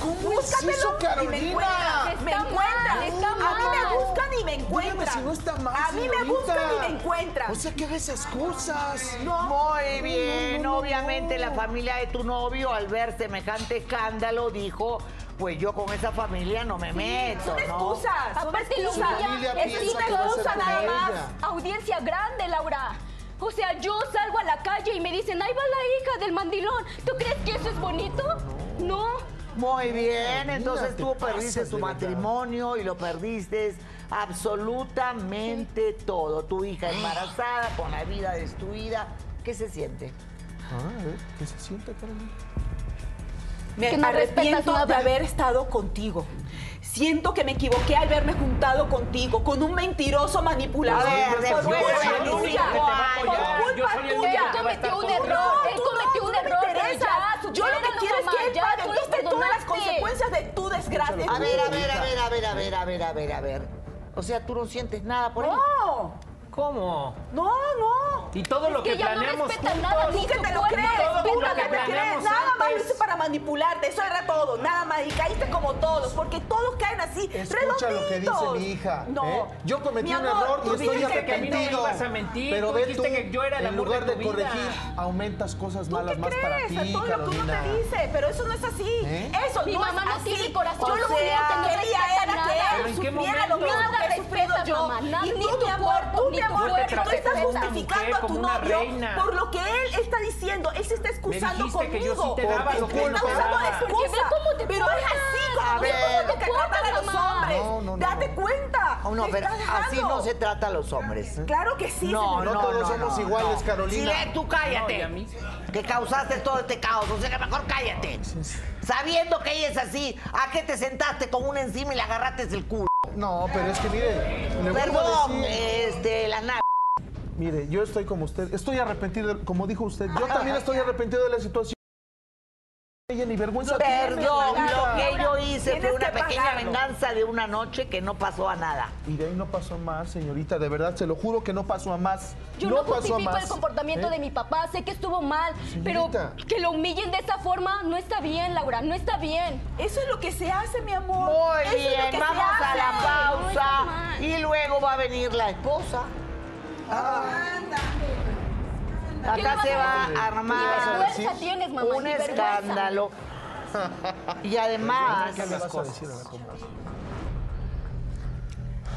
C: ¿Cómo es
D: Búscamelo
C: eso,
D: y me
C: Carolina?
D: encuentras, me
G: Está mal,
D: encuentras.
G: está
D: A mí me
G: mal.
D: buscan y me encuentran.
C: Dígame si no está mal,
D: A mí me
C: señorita.
D: buscan y me encuentran.
C: O sea, que hagas excusas.
A: Muy bien,
C: No, no, no,
A: obviamente
C: no.
A: la familia de tu novio al ver semejante escándalo dijo, pues yo con esa familia no me meto,
D: son
A: ¿no?
D: excusas. son
G: Aparte lo
D: excusas.
G: humilla,
C: familia
G: es
C: piensa que va a
G: excusa
C: ser
G: nada
C: como
G: más.
C: ella.
G: Audiencia grande, Laura. O sea, yo salgo a la calle y me dicen, ahí va la hija del mandilón. ¿Tú crees que eso es bonito? No.
A: Muy bien, entonces
C: te
A: tú
C: pasas
A: perdiste
C: de
A: tu
C: verdad.
A: matrimonio y lo perdiste absolutamente todo. Tu hija embarazada, con la vida destruida. ¿Qué se siente?
C: Ah, a ver, ¿qué se siente, Carolina?
D: Me
G: Que no respetas
D: arrepiento
G: nada.
D: de haber estado contigo. Siento que me equivoqué al verme juntado contigo, con un mentiroso manipulador.
A: A ver,
D: por
A: después
D: culpa
A: de
D: tuya,
A: los únicos que te
F: va a apoyar,
D: por
F: yo
D: culpa
F: soy el único
G: Él
D: tuya.
F: que va a estar
G: cometió un
F: contigo.
G: error. Él
D: tú no, tú
G: cometió un
D: no me
G: error. pero
D: interesas.
G: ya,
D: Yo lo que
G: supéralo,
D: quiero es
G: mamá,
D: que él
G: ya, tú lo
D: pague todas las
G: perdonaste.
D: consecuencias de tu desgracia.
A: A ver, a ver, a ver, a ver, a ver, a ver, a ver, a ver. O sea, tú no sientes nada por él.
D: No,
F: ¿Cómo?
D: no, no.
F: Y todo lo
G: que
F: que,
G: ya no
F: planeamos
G: respeta
F: juntos,
G: nada, ni
D: Tú que
G: su
D: te lo
G: cuerpo,
D: crees,
G: respeta
D: tú que
G: la
D: te lo crees.
G: verdad.
F: planeamos
D: Nada más lo
F: antes.
D: hice para manipularte, eso era todo, nada más. Y caíste como todos, porque todos caen así,
C: Escucha lo que dice
D: redonditos.
C: mi hija.
D: No.
C: ¿eh? Yo cometí
D: Mi
C: un
D: amor,
C: error
D: tú
C: y estoy
D: dijiste que a mí no me
C: arrepentido.
F: ibas a mentir,
C: Pero
F: tú
C: ve
F: dijiste que yo era el
C: en
F: amor
C: lugar
F: de
C: de,
F: tu vida.
C: corregir, aumentas cosas
D: ¿Tú
C: malas
D: qué
C: más para
D: crees?
C: ti,
D: a todo
C: Carolina.
D: lo que uno te dice, pero eso no es así.
C: ¿Eh?
D: Eso
G: Mi
D: no
G: mamá no
D: es así.
G: tiene corazón.
D: Yo lo
G: O sea,
D: único que
G: no
D: quería
G: respeta
D: era
G: nada.
D: que
F: Pero
D: él
F: ¿en qué
D: sufriera lo
F: momento?
D: mismo
G: Nada
D: que he sufrido
G: respeta,
D: yo.
G: mamá, nada,
D: y tú,
G: ni tu
D: mi amor,
G: cuerpo,
D: tú,
G: ni
D: mi
G: tu
D: amor,
G: cuerpo.
D: tú
G: Te
D: estás
G: traté como una
D: justificando
F: mujer,
D: a tu
F: como una
D: novio
F: reina.
D: por lo que él está diciendo. Él se está excusando
F: dijiste que yo sí
D: conmigo.
F: te daba
C: lo que él no
D: Está
C: te
D: usando
F: daba.
D: de excusa.
G: Porque ve cómo te
D: pero es
G: portas.
D: así,
G: A
D: es
A: ver.
D: como te tratan a los
G: Mamá.
D: hombres.
C: No, no, no.
D: Date cuenta.
A: Oh, no,
D: te
A: pero
D: estás dejando.
A: así no se trata a los hombres.
D: Claro que sí,
A: No,
D: señor.
A: no,
C: No todos
A: no,
C: somos
A: no,
C: iguales,
A: no.
C: Carolina.
A: Sí, tú
F: No, y a
A: cállate.
F: mí.
A: que causaste todo este caos, o sea que mejor cállate. Sabiendo que ella es así, ¿a qué te sentaste con una encima y le agarraste el culo?
C: No, pero es que mire, le vuelvo a
A: Perdón,
D: eh.
C: decir.
A: este, la nave.
C: Mire, yo estoy como usted. Estoy arrepentido, de- como dijo usted. Yo también estoy arrepentido de la situación. Ella ni vergüenza tiene,
A: Perdón,
C: señorita.
A: lo que yo hice fue
D: Tienes
A: una
D: que
A: pequeña
D: pagarlo.
A: venganza de una noche que no pasó a nada.
C: Y de ahí no pasó más, señorita. De verdad, se lo juro que no pasó a más.
G: Yo no,
C: pasó a
G: justifico
C: más.
G: el comportamiento
C: ¿Eh?
G: de mi papá, sé que estuvo mal,
C: Señorita.
G: pero que lo humillen de esa forma no está bien, Laura, no está bien.
D: Eso es lo que se hace, mi amor. Eso
A: Muy
D: es lo que
A: bien,
D: se
A: vamos a
D: hace.
A: la pausa
G: Ay, mamá.
A: y luego va a venir la esposa.
G: ¿Qué le
A: Acá
G: vas
A: se
G: a
A: va
G: decir?
A: a
G: Ni
A: armar
G: vergüenza tienes, mamá,
A: un
G: ni vergüenza.
A: escándalo. Y además,
C: ¿Qué le vas a decir a la comadre?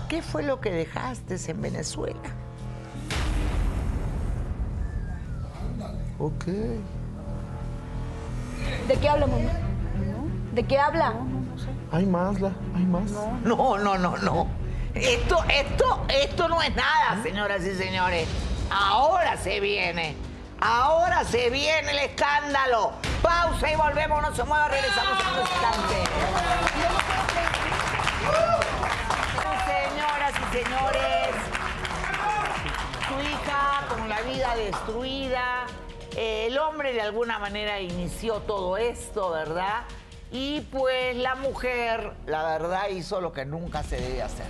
A: ¿qué fue lo que dejaste en Venezuela?
C: Ok.
G: ¿De qué habla, mamá? ¿De qué habla?
C: Hay más, la. Hay más.
A: No, no, no, no. Esto, esto, esto no es nada, señoras y señores. Ahora se viene. Ahora se viene el escándalo. Pausa y volvemos, no se mueva, regresamos en un instante. Señoras y señores, su hija con la vida destruida. Eh, el hombre de alguna manera inició todo esto, ¿verdad? Y pues la mujer, la verdad, hizo lo que nunca se debe hacer.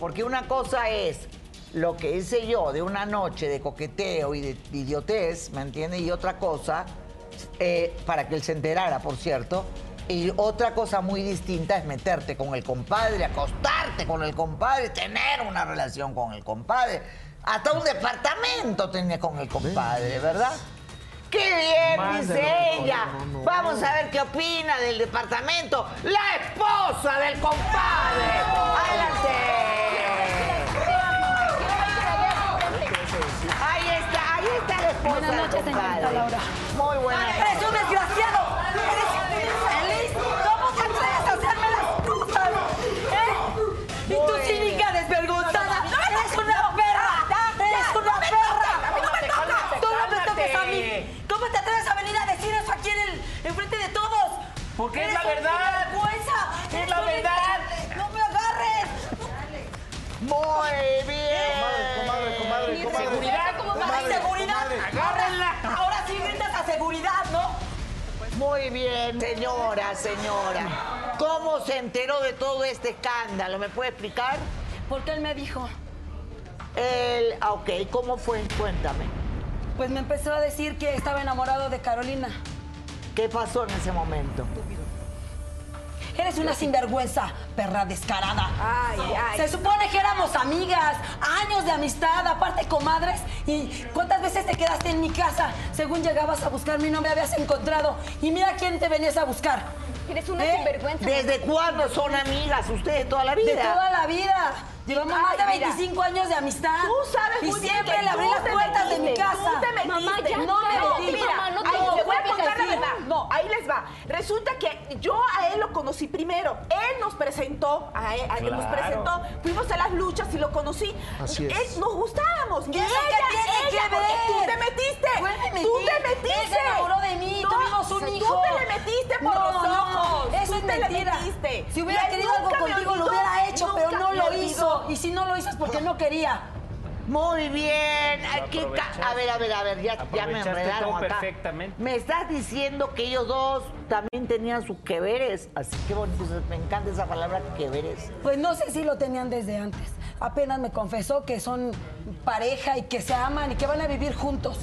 A: Porque una cosa es lo que hice yo de una noche de coqueteo y de idiotez, ¿me entiendes? Y otra cosa, eh, para que él se enterara, por cierto. Y otra cosa muy distinta es meterte con el compadre, acostarte con el compadre, tener una relación con el compadre. Hasta un departamento tenía con el compadre, ¿verdad? ¡Qué bien! dice ella. Vamos a ver qué opina del departamento. La esposa del compadre. Adelante. Ahí está, ahí está la esposa
H: Buenas
A: del
H: noches, señorita
A: compadre.
H: Laura.
A: Muy buenas noches.
D: ¡Eres un desgraciado! ¡Eres infeliz! ¿Cómo te atreves a hacerme las cosas? ¿Eh? ¡Y tú cínica desvergonzada! ¡No me ¡Eres una perra! ¡Eres una perra! ¡A mí no me tocas! ¡Tú no me toques a mí! ¿Cómo te atreves a venir a decir eso aquí en el enfrente de todos?
F: Porque es
D: Eres
F: la
D: un
F: verdad.
D: sinvergüenza.
F: Es la
D: Eres un
F: verdad.
D: infeliz. ¡No me agarres!
A: Muy bien.
C: Comadre, comadre, comadre, comadre.
F: Seguridad, como
D: ¡A
F: madre.
D: seguridad!
F: Agárrenla.
D: Ahora sí gritas a seguridad, ¿no?
A: Muy bien, señora, señora. ¿Cómo se enteró de todo este escándalo? ¿Me puede explicar?
H: Porque él me dijo,
A: El, ah, ok, ¿cómo fue? Cuéntame.
H: pues me empezó a decir que estaba enamorado de Carolina.
A: ¿Qué pasó en ese momento?
H: Eres una sinvergüenza, perra descarada.
D: Ay, ay.
H: Se supone que éramos amigas, años de amistad, aparte comadres. ¿Y cuántas veces te quedaste en mi casa? Según llegabas a buscarme y no me habías encontrado. Y mira quién te venías a buscar.
G: Eres una
H: ¿Eh?
G: sinvergüenza.
A: ¿Desde cuándo son amigas ustedes toda la
H: De
A: vida?
H: toda la vida. Llevamos
G: Ay,
H: más de
G: mira.
H: 25 años de amistad.
G: Tú sabes
H: y
G: muy bien
H: siempre
G: que
H: le abrí
G: tú
H: las
G: te
H: puertas de mi
G: metiste,
H: casa.
G: tú te metiste.
H: Mamá, ya
G: No,
H: no me metí.
G: mira, no,
H: Ay,
G: no,
H: te
G: no,
H: voy a
G: no,
H: contar la
G: sí.
H: verdad.
I: No, ahí les va. Resulta que yo a él lo conocí primero. Él nos presentó, a él, a él nos
F: Claro.
I: presentó. Fuimos a las luchas y lo conocí.
C: Así es.
I: Él- nos gustábamos.
H: ¿Y eso qué tiene que
I: porque
H: ver?
I: tú te metiste.
H: Fue que me
I: tú
H: metí.
I: te
H: Él se
I: metiste.
H: enamoró de mí, tuvimos un
I: Tú
H: hijo.
I: te le metiste por
H: No,
I: los ojos.
H: no, eso
I: Tú
H: es
I: te le
H: mentira.
I: metiste.
H: Si
I: Y
H: hubiera
I: él
H: querido algo
I: nunca me
H: contigo, lo
I: olvidó,
H: hubiera hecho, pero
I: nunca
H: no
I: me
H: lo
I: olvidó.
H: hizo. Y si no lo hizo es porque no quería.
A: Muy bien. Ay, qué ca-
F: aprovechaste.
A: a ver, a ver, a ver, ya, ya me
F: Aprovechaste
A: enredaron
F: todo
A: acá.
F: perfectamente.
A: Me estás diciendo que ellos dos también tenían sus queveres. Así que bonito, me encanta esa palabra queveres.
H: Pues no sé si lo tenían desde antes. Apenas me confesó que son pareja y que se aman y que van a vivir juntos.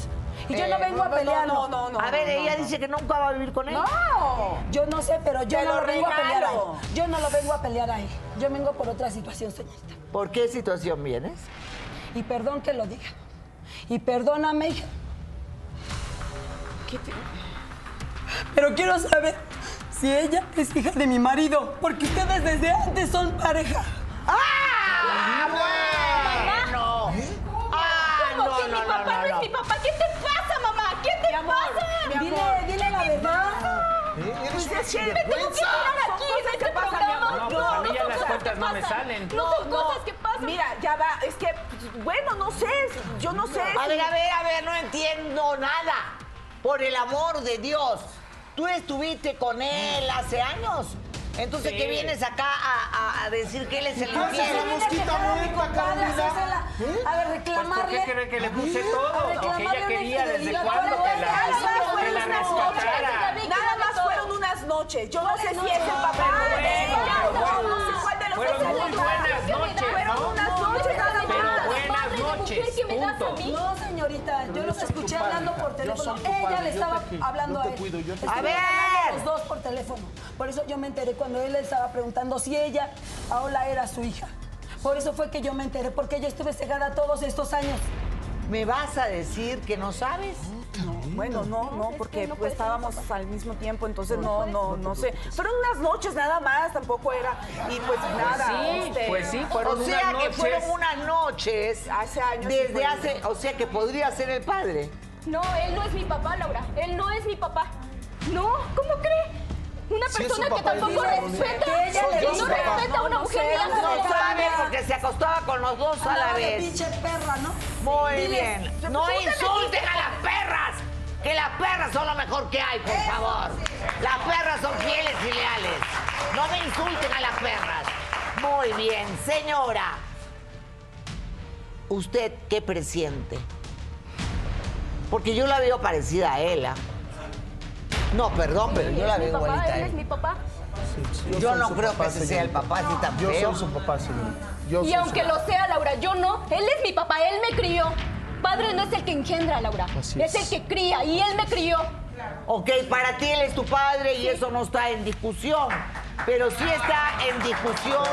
H: Y yo
I: Eh,
H: no vengo
I: no,
H: a
I: no,
H: pelear.
I: no, no, no.
A: a ver, ella dice que nunca va a vivir con él.
I: No.
H: Yo no sé, pero yo
I: Te
H: no
I: lo
H: lo vengo a pelear a él.
I: regalo.
H: Yo no lo vengo a pelear a él. Yo vengo por otra situación, señorita.
A: ¿Por qué situación vienes?
H: Y perdón que lo diga. Y perdóname, hija. Pero quiero saber si ella es hija de mi marido, porque ustedes desde antes son pareja.
A: No. Ah,
G: ¿Cómo
A: no, no,
G: que mi
A: no,
G: papá no,
A: no, no.
G: es mi papá? ¿Qué te pasa, mamá? ¿Qué te pasa?
H: Dile, dile la verdad.
C: ¿Eh? Eres una
G: Me tengo que
C: sinvergüenza.
G: tirar aquí de este programa.
F: amor. No,
I: pues
F: a mí ya
G: son
F: las
G: cosas
F: cuentas
G: que
F: no me
G: pasan.
F: salen.
G: No son cosas que pasan.
I: Mira, ya va. Es que, bueno, no sé. Yo no sé.
A: A
I: si-
A: ver, a ver, a ver, no entiendo nada. Por el amor de Dios. Tú estuviste con él hace años. Entonces,
F: Sí.
A: ¿qué vienes acá a, a- a decir que él es el
C: haces
A: infiel?
C: la mosquita muerta, Carolina?
H: A ver,
F: ¿Por
H: reclamarle.
F: qué cree que le puse
H: A
F: todo?
H: ver,
F: Lo que
H: clamarle
F: ella
H: una
F: quería, ¿desde
H: infidelidad.
F: cuándo
H: Pero
F: que la,
H: ella
I: Nada más
F: que
I: fueron
F: la
I: unas
F: rescatara?
I: noches. Nada más fueron unas noches. Yo no sé si es el papá
F: Pero
I: de él.
F: bueno,
I: Yo no sé cuál de los
F: fueron
I: dos es
F: muy
I: el papá.
F: buenas noches,
I: Fueron
F: ¿no?
I: unas noches nada
F: Pero
I: más.
F: buenas noches,
G: que me das a
F: punto.
G: mí?
H: No, señorita, yo los escuché hablando por teléfono.
C: soy tu
H: Ella
C: padre,
H: le
C: yo
H: estaba
C: te-
H: hablando
C: yo
H: a
C: te
H: él.
C: cuido, yo te-
H: Estuvieron
A: A ver.
H: hablando Los dos por teléfono. Por eso yo me enteré cuando él le estaba preguntando si ella ahora era su hija. Por eso fue que yo me enteré, porque yo estuve cegada todos estos años.
A: ¿Me vas a decir que no sabes?
I: Bueno, no, no, porque pues, estábamos al mismo tiempo, entonces no, no, no sé. Fueron unas noches nada más, tampoco era. Y pues nada.
F: Sí,
I: este,
F: pues sí, fueron
A: O sea
F: unas
A: que
F: noches.
A: fueron unas noches
I: Hace años sí
A: desde
I: fue.
A: hace, o sea que podría ser el padre.
G: No, él no es mi papá, Laura. Él no es mi papá. No, ¿cómo cree? Una
C: Sí es
G: persona
C: su
G: que
C: papá,
G: tampoco
C: dice,
G: respeta.
H: que ella le
G: no
H: dice.
G: respeta a
H: No,
G: una
H: no
G: mujer
H: sé,
G: ni a
H: no
G: su
A: No
H: sé.
G: papá.
A: sabe porque se acostaba con los dos a la
H: Hablaba de
A: vez.
H: pinche perra, ¿no?
A: Muy
H: Diles,
A: bien. No insulten a las perras. Que las perras son lo mejor que hay, por favor. Las perras son fieles y leales. No me insulten a las perras. Muy bien, señora. ¿Usted qué presiente? Porque yo la veo parecida a ella. No, perdón, pero yo la
G: Es mi
A: veo
G: papá,
A: igualita a
G: él es
A: él.
G: mi papá.
C: Sí,
A: Yo
C: soy
A: no
C: su
A: creo
C: papá,
A: que ese sea el
C: señorita.
A: papá, así tan
C: Yo
A: feo.
C: soy su papá, señorita. Yo
G: y
C: soy
G: aunque
C: su-
G: lo sea, Laura, yo no. Él es mi papá, él me crió. Padre no es el que engendra, Laura.
C: Así
G: es.
C: es.
G: el que cría y él me crió.
A: Ok, para ti él es tu padre y eso no está en discusión. Pero sí está en discusión.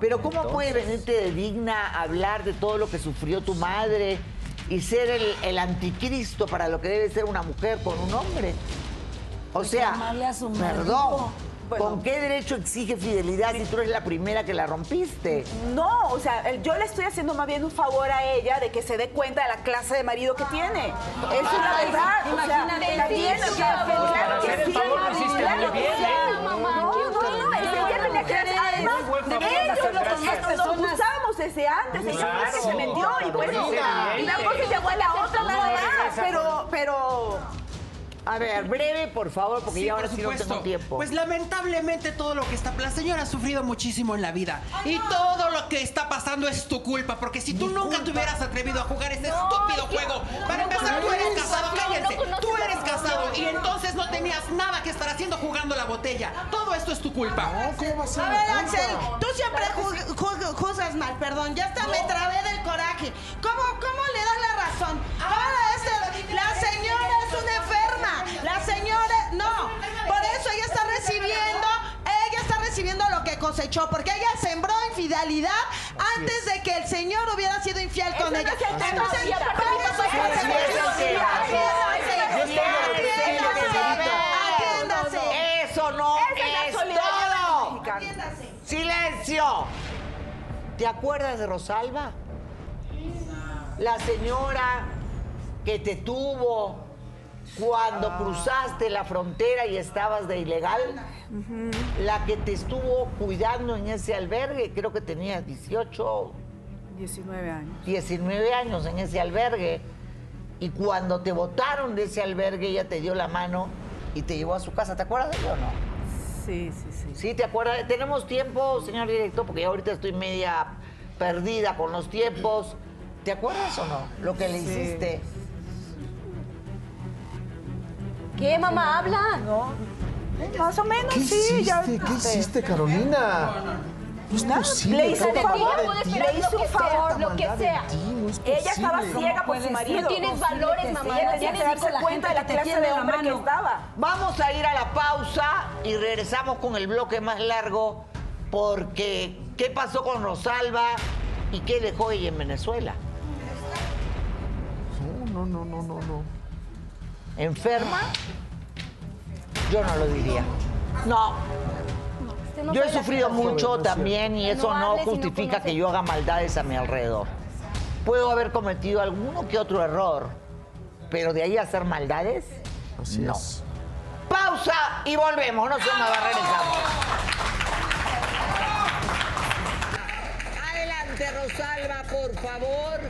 A: Pero ¿cómo puedes venirte de digna a hablar de todo lo que sufrió tu madre y ser el, el anticristo para lo que debe ser una mujer con un hombre? O sea,
H: Reclamarle a su marido.
A: perdón.
D: Bueno.
A: ¿Con qué derecho exige fidelidad si tú eres la primera que la rompiste?
D: No, o sea, el- yo le estoy haciendo más bien un favor a ella de que se dé cuenta de la clase de marido que tiene. Eso es la
H: Ay,
D: verdad. o sea,
H: imagínate,
D: la tiene, o sea,
G: sí,
D: claro
G: por
D: que
F: hacer el
D: sí,
F: favor lo hiciste
D: claro
F: muy
D: que
F: bien,
D: sí.
F: ¿eh?
D: No, no, no, es que ella me la cree. Además,
F: Muy buen favor.
D: ellos
H: Hacer
D: los-
H: personas.
D: estos nos gustábamos desde antes. Ella fue la que se
F: Claro.
D: metió y por eso
F: Mira.
D: una cosa llegó a la otra nada más. Pero, pero...
A: A ver, breve, por favor, porque
J: Sí,
A: ya ahora
J: por
A: sí no tengo
J: supuesto.
A: tiempo.
J: Pues lamentablemente todo lo que está... La señora ha sufrido muchísimo en la vida. Y todo lo que está pasando es tu culpa. Porque si tú nunca te hubieras atrevido a jugar ese estúpido juego... Para empezar, tú eres casado, cállense. tú eres casado y entonces no tenías nada que estar haciendo jugando la botella. Todo esto es tu culpa.
C: ¿Cómo va a ser?
K: A ver, Axel, tú siempre ju- ju- juzgas mal, perdón. Ya hasta me trabé del coraje. ¿Cómo, cómo le das la razón? Ahora este, la señora es una enferma. La señora, no. Por eso ella está recibiendo, ella está recibiendo lo que cosechó, porque ella sembró infidelidad antes de que el señor hubiera sido infiel con ella. Entonces,
G: Y aparte,
K: todas sus consecuencias.
A: Axel. Yo
K: Atiéndase,
A: estoy de acuerdo contigo, señorita.
K: atiéndase, atiéndase.
A: Eso no es, todo.
K: Atiéndase.
A: Silencio. ¿Te acuerdas de Rosalba? La señora que te tuvo cuando cruzaste la frontera y estabas de ilegal. La que te estuvo cuidando en ese albergue, creo que tenías 18,
D: 19 años.
A: 19 años en ese albergue y cuando te botaron de ese albergue ella te dio la mano y te llevó a su casa. ¿Te acuerdas de ella o no?
D: Sí, sí, sí.
A: Sí, te acuerdas. Tenemos tiempo, señor director, porque ya ahorita estoy media perdida con los tiempos. ¿Te acuerdas o no? Lo que le
D: Sí.
A: hiciste.
G: ¿Qué, mamá? Habla.
D: Más o menos,
C: ¿Qué
D: sí. ya-
C: hiciste? ¿Qué hiciste, Carolina? No es posible.
D: Le hizo
G: Te
D: un
G: digo,
D: favor,
G: puedes
D: le
G: esperar
D: hizo
G: lo
D: un
G: que sea,
D: favor.
G: lo que sea.
D: Ella estaba
H: ¿Cómo
D: ciega por
H: puede
D: su
H: ser?
D: marido.
G: No tienes
H: Imposible
G: valores,
H: que
G: mamá,
H: sí,
G: no
D: Ella tenía
G: tienes
D: que
G: ni
D: darse
H: con la
D: cuenta de
H: gente
D: la
H: que te
D: clase
H: tiende
D: de
H: la
D: hombre que
H: mano.
D: estaba.
A: Vamos a ir a la pausa y regresamos con el bloque más largo porque ¿qué pasó con Rosalba y qué dejó ella en Venezuela?
C: No, no, no, no, no.
A: ¿Enferma? Yo no lo diría. No. Yo he sufrido mucho también y eso
G: No
A: no
G: hables y no
A: justifica que
G: conoces.
A: yo haga maldades a mi alrededor. Puedo haber cometido alguno que otro error, pero de ahí a hacer maldades,
C: Así
A: no.
C: es.
A: Pausa y volvemos, no se me va a regresar. Adelante, Rosalba, por favor.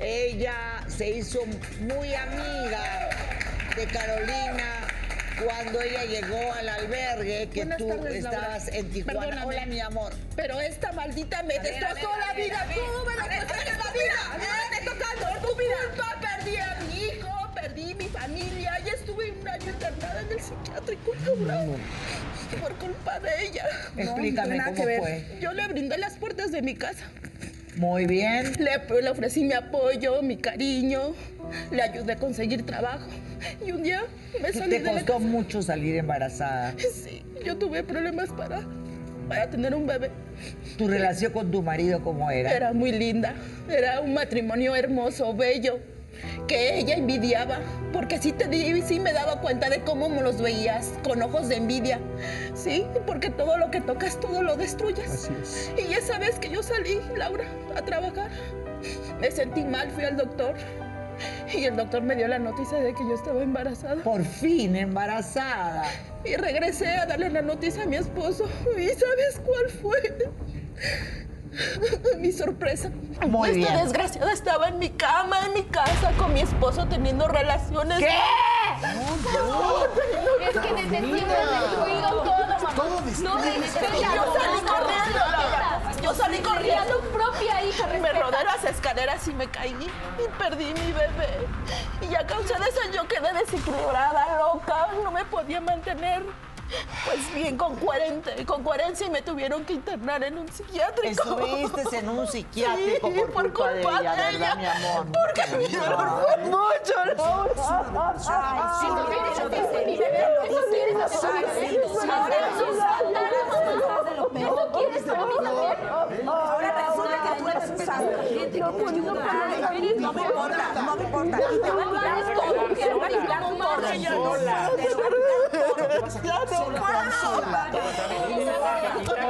A: Ella se hizo muy amiga de Carolina cuando ella llegó al albergue que
K: Buenas
A: tú
K: tardes, Laura.
A: estabas en Tijuana.
K: Perdóname.
A: Hola, mi amor.
K: Pero esta maldita me destrozó la vida. Tú me destrozaste la vida. ¿eh? Me tocaste tu culpa. Perdí a mi hijo, perdí mi familia. Y estuve un año internada en el psiquiátrico cabrón. Por culpa de ella.
A: Explícame
K: nada
A: cómo
K: que ver.
A: fue.
K: Yo le brindé las puertas de mi casa.
A: Muy bien.
K: Le, le ofrecí mi apoyo, mi cariño. Le ayudé a conseguir trabajo. Y un día me salí
A: Te
K: de la
A: costó mucho salir embarazada.
K: Sí, yo tuve problemas para, para tener un bebé.
A: Tu relación con tu marido, ¿cómo era?
K: Era muy linda, era un matrimonio hermoso, bello, que ella envidiaba, porque sí, te di, sí me daba cuenta de cómo me los veías, con ojos de envidia, ¿sí? Porque todo lo que tocas, todo lo destruyes.
C: Así es.
K: Y ya sabes que yo salí, Laura, a trabajar. Me sentí mal, fui al doctor. Y el doctor me dio la noticia de que yo estaba embarazada.
A: Por fin embarazada.
K: Y regresé a darle la noticia a mi esposo. ¿Y sabes cuál fue? mi sorpresa.
A: Muy
K: Esta
A: bien.
K: desgraciada estaba en mi cama, en mi casa, con mi esposo teniendo relaciones. ¿Qué?
G: Es que desde siempre has destruido todo, mamá. No respetas.
K: Yo salí
G: no
K: corriendo,
G: respetas.
K: Yo salí
G: Cría a
K: corriendo.
G: tu propia hija,
K: Me
G: respeta.
K: rodé las escaleras y me caí y perdí mi bebé. Y a causa de eso yo quedé desequilibrada, loca, no me podía mantener. Pues bien, con 40, con 40 y me tuvieron que internar en un psiquiátrico.
A: Estuviste en un psiquiátrico
K: Sí,
A: por, culpa de ella, ¿verdad, mi amor?
K: Porque mi dolor fue mucho, Laura.
H: Ay, sí,
K: Eso
H: eso dice,
K: dice, mira,
H: lo dice,
K: eso quieres
H: eso
K: para
H: dice,
K: mí,
H: eso
K: ahora
H: dice.
K: eso es fatal, mamá.
H: Estás de lo peor.
K: Eso quieres para mí también.
H: Ahora resulta que tú eres un santo. Gente,
K: No,
H: que te
K: pues, no,
H: ayuda.
K: pero no eres
H: No me
K: mi
H: importa, no me importa. Y te va a quitar
K: Ay,
H: todo,
K: no,
H: te va a quitar
K: no,
H: todo,
K: no,
H: señora.
K: no,
H: Te va a quitar todo.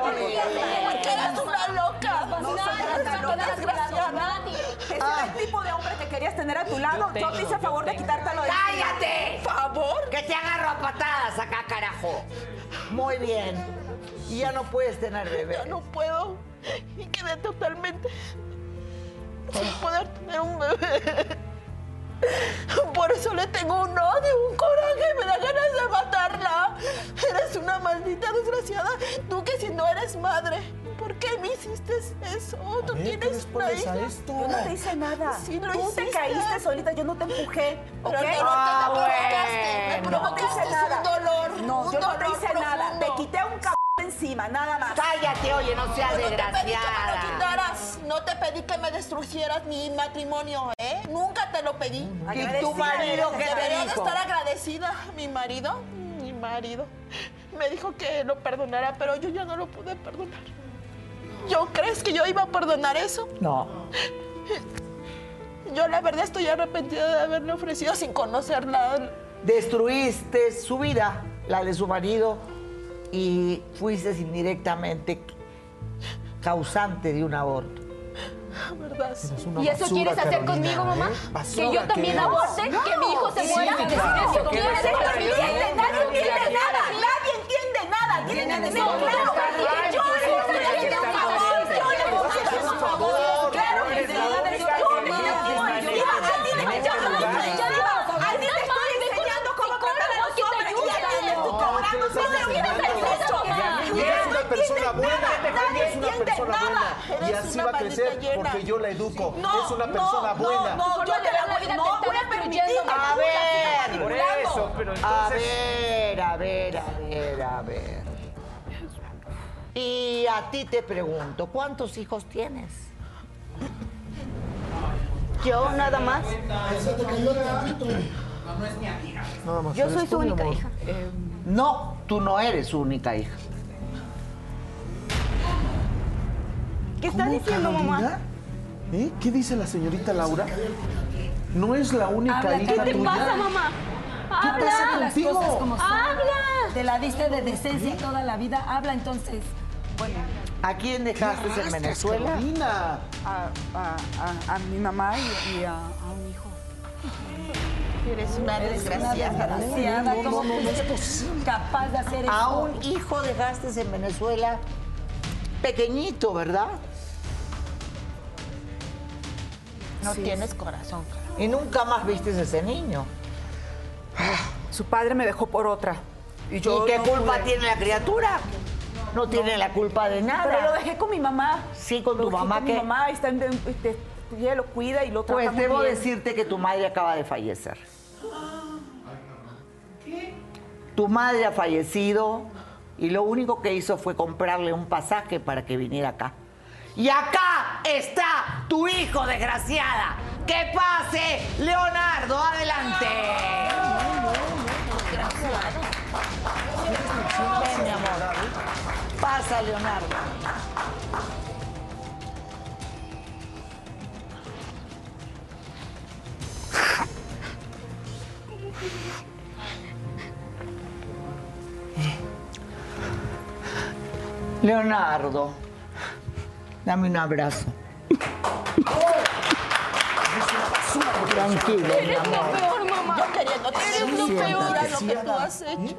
K: Porque eres una loca. desgraciada.
D: Ese era el tipo de hombre que querías tener a tu lado. Yo, te hice favor de quitártelo de
A: ¡Cállate! ¿Favor? Que te agarro a patadas acá, carajo. Muy bien. Y ya no puedes tener bebé.
K: Ya no puedo. Y quedé totalmente sin poder tener un bebé. Por eso le tengo un odio, un coraje, me da ganas de matarla. Eres una maldita desgraciada, tú que si no eres madre. ¿Por qué me hiciste eso? Tú tienes una hija.
D: Yo no te hice nada.
K: Sí, lo
D: Tú te
K: hiciste.
D: caíste solita, yo no te empujé. ¿ok?
K: Pero no, no,
D: Ah,
K: te la provocaste, me
D: bueno. Yo no te
K: provocaste
D: hice
K: un
D: nada.
K: dolor,
D: No,
K: un
D: yo no
K: dolor
D: te hice nada.
K: profundo.
D: Te quité un c encima, nada más.
A: Cállate, oye, no seas
K: Yo No te pedí que me lo
A: desgraciada.
K: quitaras, no te pedí que me destruyeras mi matrimonio, ¿eh? Nunca te lo pedí.
A: ¿Y tu marido qué te
K: Deberías
A: dijo?
K: estar agradecida. Mi marido, mi marido, me dijo que lo perdonara, pero yo ya no lo pude perdonar. ¿Yo crees que yo iba a perdonar eso?
A: No.
K: Yo la verdad estoy arrepentida de haberle ofrecido sin conocerla.
A: Destruiste su vida, la de su marido, y fuiste indirectamente causante de un aborto.
K: La verdad. sí.
G: ¿eh?
C: ¿Y eso quieres hacer conmigo, mamá?
G: Que yo también aborte, que mi hijo se muera.
F: Sí, claro,
G: Eso
F: que
G: quieres.
F: no se
G: Eso
F: vaya.
G: quieres. Nadie entiende nada. Nadie entiende nada. Tienen que tener claro que yo les estoy haciendo un favor. Yo les estoy haciendo un favor. Claro que sí. Yo les estoy haciendo un favor. Alguien te estoy enseñando cómo tratar a los hombres y alguien le estoy cobrando. No te hubieras hecho.
C: es una persona buena.
K: nadie
C: es una
K: entiende
C: persona
K: nada.
C: buena. Y
K: Eres
C: así
K: una
C: va a crecer
K: maldita llena.
C: porque yo la educo.
K: No,
C: es una
K: no,
C: persona
K: no,
C: buena.
D: No, yo te la voy a no voy a permitir.
A: A ver,
F: Por eso, pero
A: A
F: entonces...
A: ver, a ver, a ver, a ver. Y a ti te pregunto, ¿cuántos hijos tienes?
G: Yo nada más. Yo soy su única hija.
A: No, tú no eres su única hija.
G: ¿Qué está diciendo mamá?
L: ¿Eh? ¿Qué dice la señorita Laura? No es la única
H: Habla,
L: hija
H: ¿qué
G: ¿Qué te
L: tuya.
G: pasa, mamá?
L: ¿Qué pasa
H: Habla las
L: contigo?
H: cosas como son.
G: ¡Habla!
H: Te la diste de decencia toda la vida. Habla entonces.
A: ¿A quién dejaste en Venezuela?
L: Carolina.
M: A, a- a- a mi mamá y, y a,
H: ah,
M: a un hijo.
A: Eres una desgraciada.
H: Desgraciada, ¿cómo fuiste capaz de hacer
A: A
H: eso?
A: un hijo dejaste en Venezuela pequeñito, ¿verdad?
K: No tienes corazón, cara.
A: Y nunca más viste a ese niño.
D: Su padre me dejó por otra.
A: ¿Y qué
D: no
A: culpa
D: pude.
A: tiene la criatura? No tiene la culpa de
D: Pero lo
A: nada.
D: dejé con mi mamá.
A: Sí, con
D: Lo
A: tu
D: dejé
A: mamá
D: con
A: que...
D: Mi mamá está en, en- este, ella lo cuida y lo trata
A: Pues
D: muy
A: debo
D: bien.
A: decirte que tu madre acaba de fallecer. Tu madre ha fallecido y lo único que hizo fue comprarle un pasaje para que viniera acá. Y acá está tu hijo, desgraciada. ¡Que pase, Leonardo! ¡Adelante! Ven, mi amor. Pasa, Leonardo. Leonardo, dame un abrazo. Tranquilo, mi
K: Eres lo
A: amor.
K: peor, mamá. Yo queriéndote. Eres lo peor. Mira lo que tú has
L: ¿Eh?
K: hecho.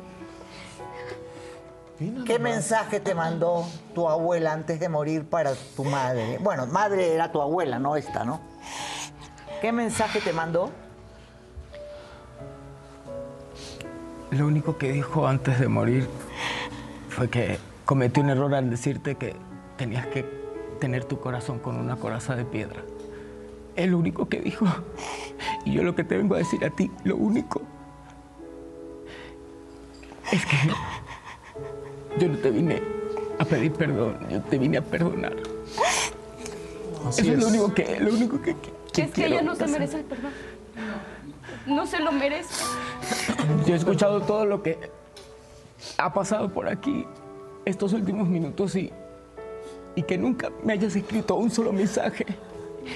A: ¿Qué mensaje te mandó tu abuela antes de morir para tu madre? Bueno, madre era tu abuela, no esta, ¿no? ¿Qué mensaje te mandó?
N: Lo único que dijo antes de morir fue que cometí un error al decirte que tenías que tener tu corazón con una coraza de piedra. Es lo único que dijo. Y yo lo que te vengo a decir a ti, lo único, es que
K: Yo no te vine a pedir perdón, yo te vine a perdonar.
O: Así
K: Eso es, lo
O: es.
K: único que, lo único que, que
G: Es que
K: quiero
G: ella no se
K: pasar.
G: merece el perdón. No se lo merece.
K: Yo he escuchado todo lo que ha pasado por aquí estos últimos minutos y, y que nunca me hayas escrito un solo mensaje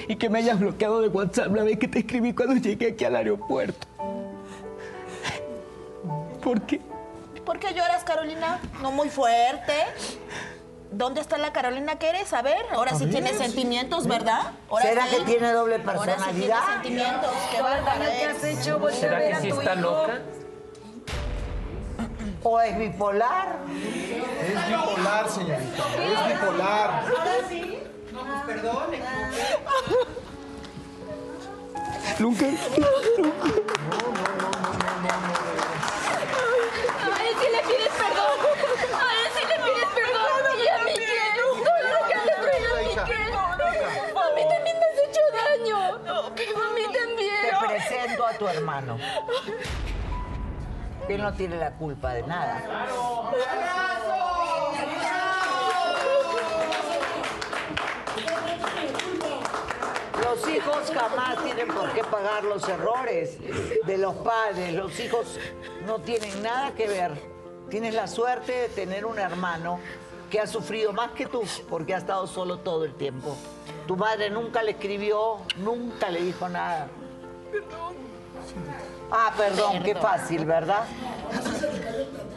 K: y que me hayas bloqueado de WhatsApp la vez que te escribí cuando llegué aquí al aeropuerto. ¿Por qué?
P: ¿Por qué lloras, Carolina? No muy fuerte. ¿Dónde está la Carolina que eres? A ver, ahora sí
A: A ver,
P: tiene
A: sí.
P: sentimientos, ¿verdad? Ahora
A: ¿Será
P: sí.
A: que tiene doble
P: Ahora sí tiene
A: personalidad?
P: sentimientos. Qué bárbaro.
A: ¿Qué has hecho? Voltea
F: ¿Será
A: a ver
F: que
A: a
F: sí
A: tu
F: está
A: hijo.
F: loca?
A: ¿O es bipolar?
C: Es bipolar, señorita. Es bipolar.
Q: Ahora sí. No, pues perdón.
K: Nunca.
G: A él sí le pides perdón. A él sí le pides perdón. Y a Miquel. Todo lo que has destruido a Miquel. A mí también me has hecho daño. A mí también.
A: Te presento a tu hermano. Él no tiene la culpa de nada. Los hijos jamás tienen por qué pagar los errores de los padres. Los hijos no tienen nada que ver. Tienes la suerte de tener un hermano que ha sufrido más que tú porque ha estado solo todo el tiempo. Tu madre nunca le escribió, nunca le dijo nada. Ah, perdón, qué fácil, ¿verdad?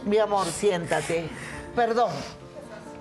A: Mi amor, siéntate. Perdón.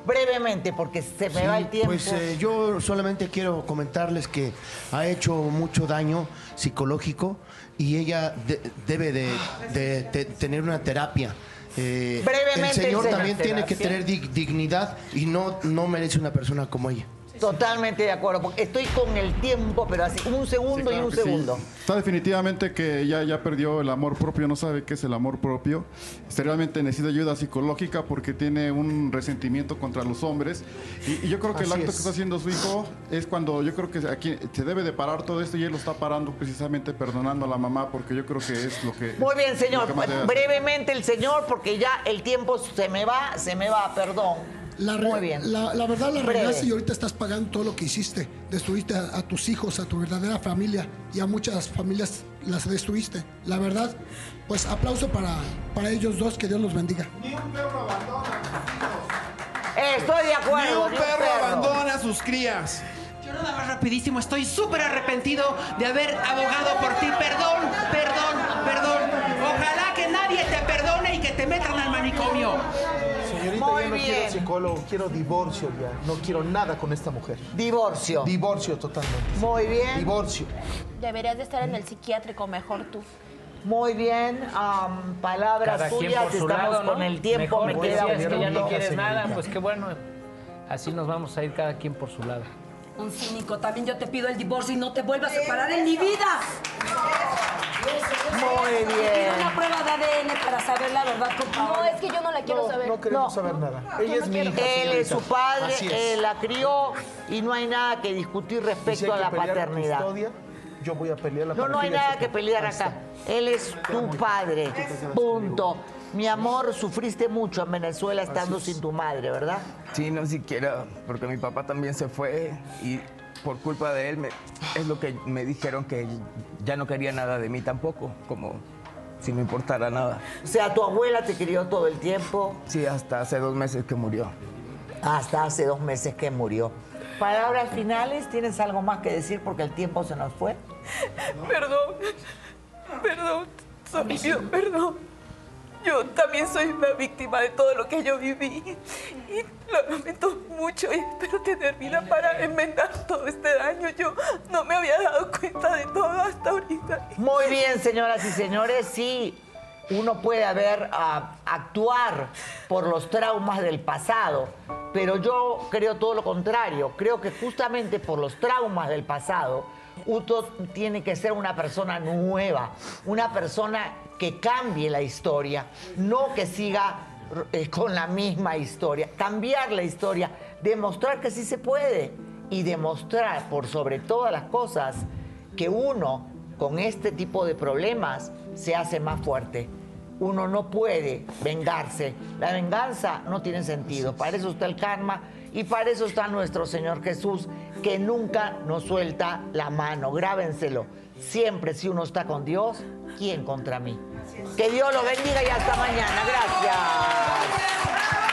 A: Brevemente, porque se me va el
R: Sí,
A: tiempo.
R: Pues eh, yo solamente quiero comentarles que ha hecho mucho daño psicológico y ella de- debe de, de te- tener una terapia. Eh,
A: Brevemente,
R: el señor
A: dice.
R: también tiene que
A: Terapia.
R: tener dig- dignidad y no, no merece una persona como ella.
A: Totalmente de acuerdo, porque estoy con el tiempo, pero así, un segundo y un
S: que sí.
A: segundo.
S: Está definitivamente que ya, ya perdió el amor propio, no sabe qué es el amor propio. Este, realmente necesita ayuda psicológica porque tiene un resentimiento contra los hombres. Y, y yo creo que el
R: Así
S: acto que
R: es.
S: está haciendo su hijo es cuando yo creo que aquí se debe de parar todo esto y él lo está parando precisamente perdonando a la mamá porque yo creo que es lo que...
A: Muy bien,
S: lo
A: señor.
S: que más debe hacer.
A: Brevemente el señor, porque ya el tiempo se me va, se me va, perdón.
T: La re-
A: Muy bien.
T: La, la verdad la
A: Breve.
T: regaste y ahorita estás pagando todo lo que hiciste. Destruiste a, a tus hijos, a tu verdadera familia y a muchas familias las destruiste. La verdad, pues aplauso para, para ellos dos, que Dios los bendiga.
A: Estoy de
J: acuerdo,
T: ni un perro
J: abandona a sus crías. Yo nada más rapidísimo, estoy súper arrepentido de haber abogado por ti. Perdón, perdón, perdón. Ojalá que nadie te perdone y que te metan al manicomio.
C: Señorita,
J: Muy
C: yo no
J: bien.
C: quiero psicólogo, quiero divorcio ya. No quiero nada con esta mujer.
A: Divorcio.
C: Divorcio totalmente.
A: Muy bien.
C: Divorcio.
P: Deberías de estar en el psiquiátrico mejor tú.
A: Muy bien, am, palabras
F: Cada quien
A: suyas,
F: por su
A: estamos
F: lado, ¿no?
A: con el tiempo,
F: Mejor
A: me
F: decías
A: queda un
F: que ya no
A: minuto.
F: quieres nada, pues qué bueno. Así nos vamos a ir cada quien por su lado.
H: Un cínico, también yo te pido el divorcio y no te vuelvas a separar en mi vida.
A: Muy
H: Quiero una prueba de ADN para saber la verdad con Paola.
G: No, es que yo no la quiero saber.
C: No queremos saber nada. Ella es mi hija.
A: Él es
C: señorita.
A: su padre,
C: Así es.
A: él la crió y no hay nada que discutir
C: Y si
A: respecto
C: hay
A: a
C: que
A: la
C: pelear
A: paternidad.
C: Custodia, yo voy a pelear la
A: No, no hay
C: paternidad.
A: nada que pelear acá. Él es tu padre. Punto. Mi amor, sufriste mucho en Venezuela estando sin tu madre, ¿verdad?
K: Sí, no siquiera, porque mi papá también se fue y por culpa de él me- es lo que me dijeron que ya no quería nada de mí tampoco, como si me importara nada.
A: O sea, tu abuela te crió todo el tiempo.
K: Sí, hasta hace dos meses que murió.
A: Hasta hace dos meses que murió. Palabras finales, ¿tienes algo más que decir porque el tiempo se nos fue?
D: Perdón, perdón, Sony, pido perdón. Yo también soy una víctima de todo lo que yo viví. Y lo lamento mucho y espero tener vida para enmendar todo este daño. Yo no me había dado cuenta de todo hasta ahorita.
A: Muy bien, señoras y señores, sí, uno puede haber ah, actuar por los traumas del pasado, pero yo creo todo lo contrario. Creo que justamente por los traumas del pasado, uno tiene que ser una persona nueva, una persona que cambie la historia, no que siga eh, con la misma historia, cambiar la historia, demostrar que sí se puede y demostrar por sobre todas las cosas que uno con este tipo de problemas se hace más fuerte. uno no puede vengarse. La venganza no tiene sentido. Para eso está el karma y para eso está nuestro Señor Jesús, que nunca nos suelta la mano. Grábenselo. Siempre si uno está con Dios, ¿quién contra mí? Que Dios lo bendiga y hasta mañana. Gracias.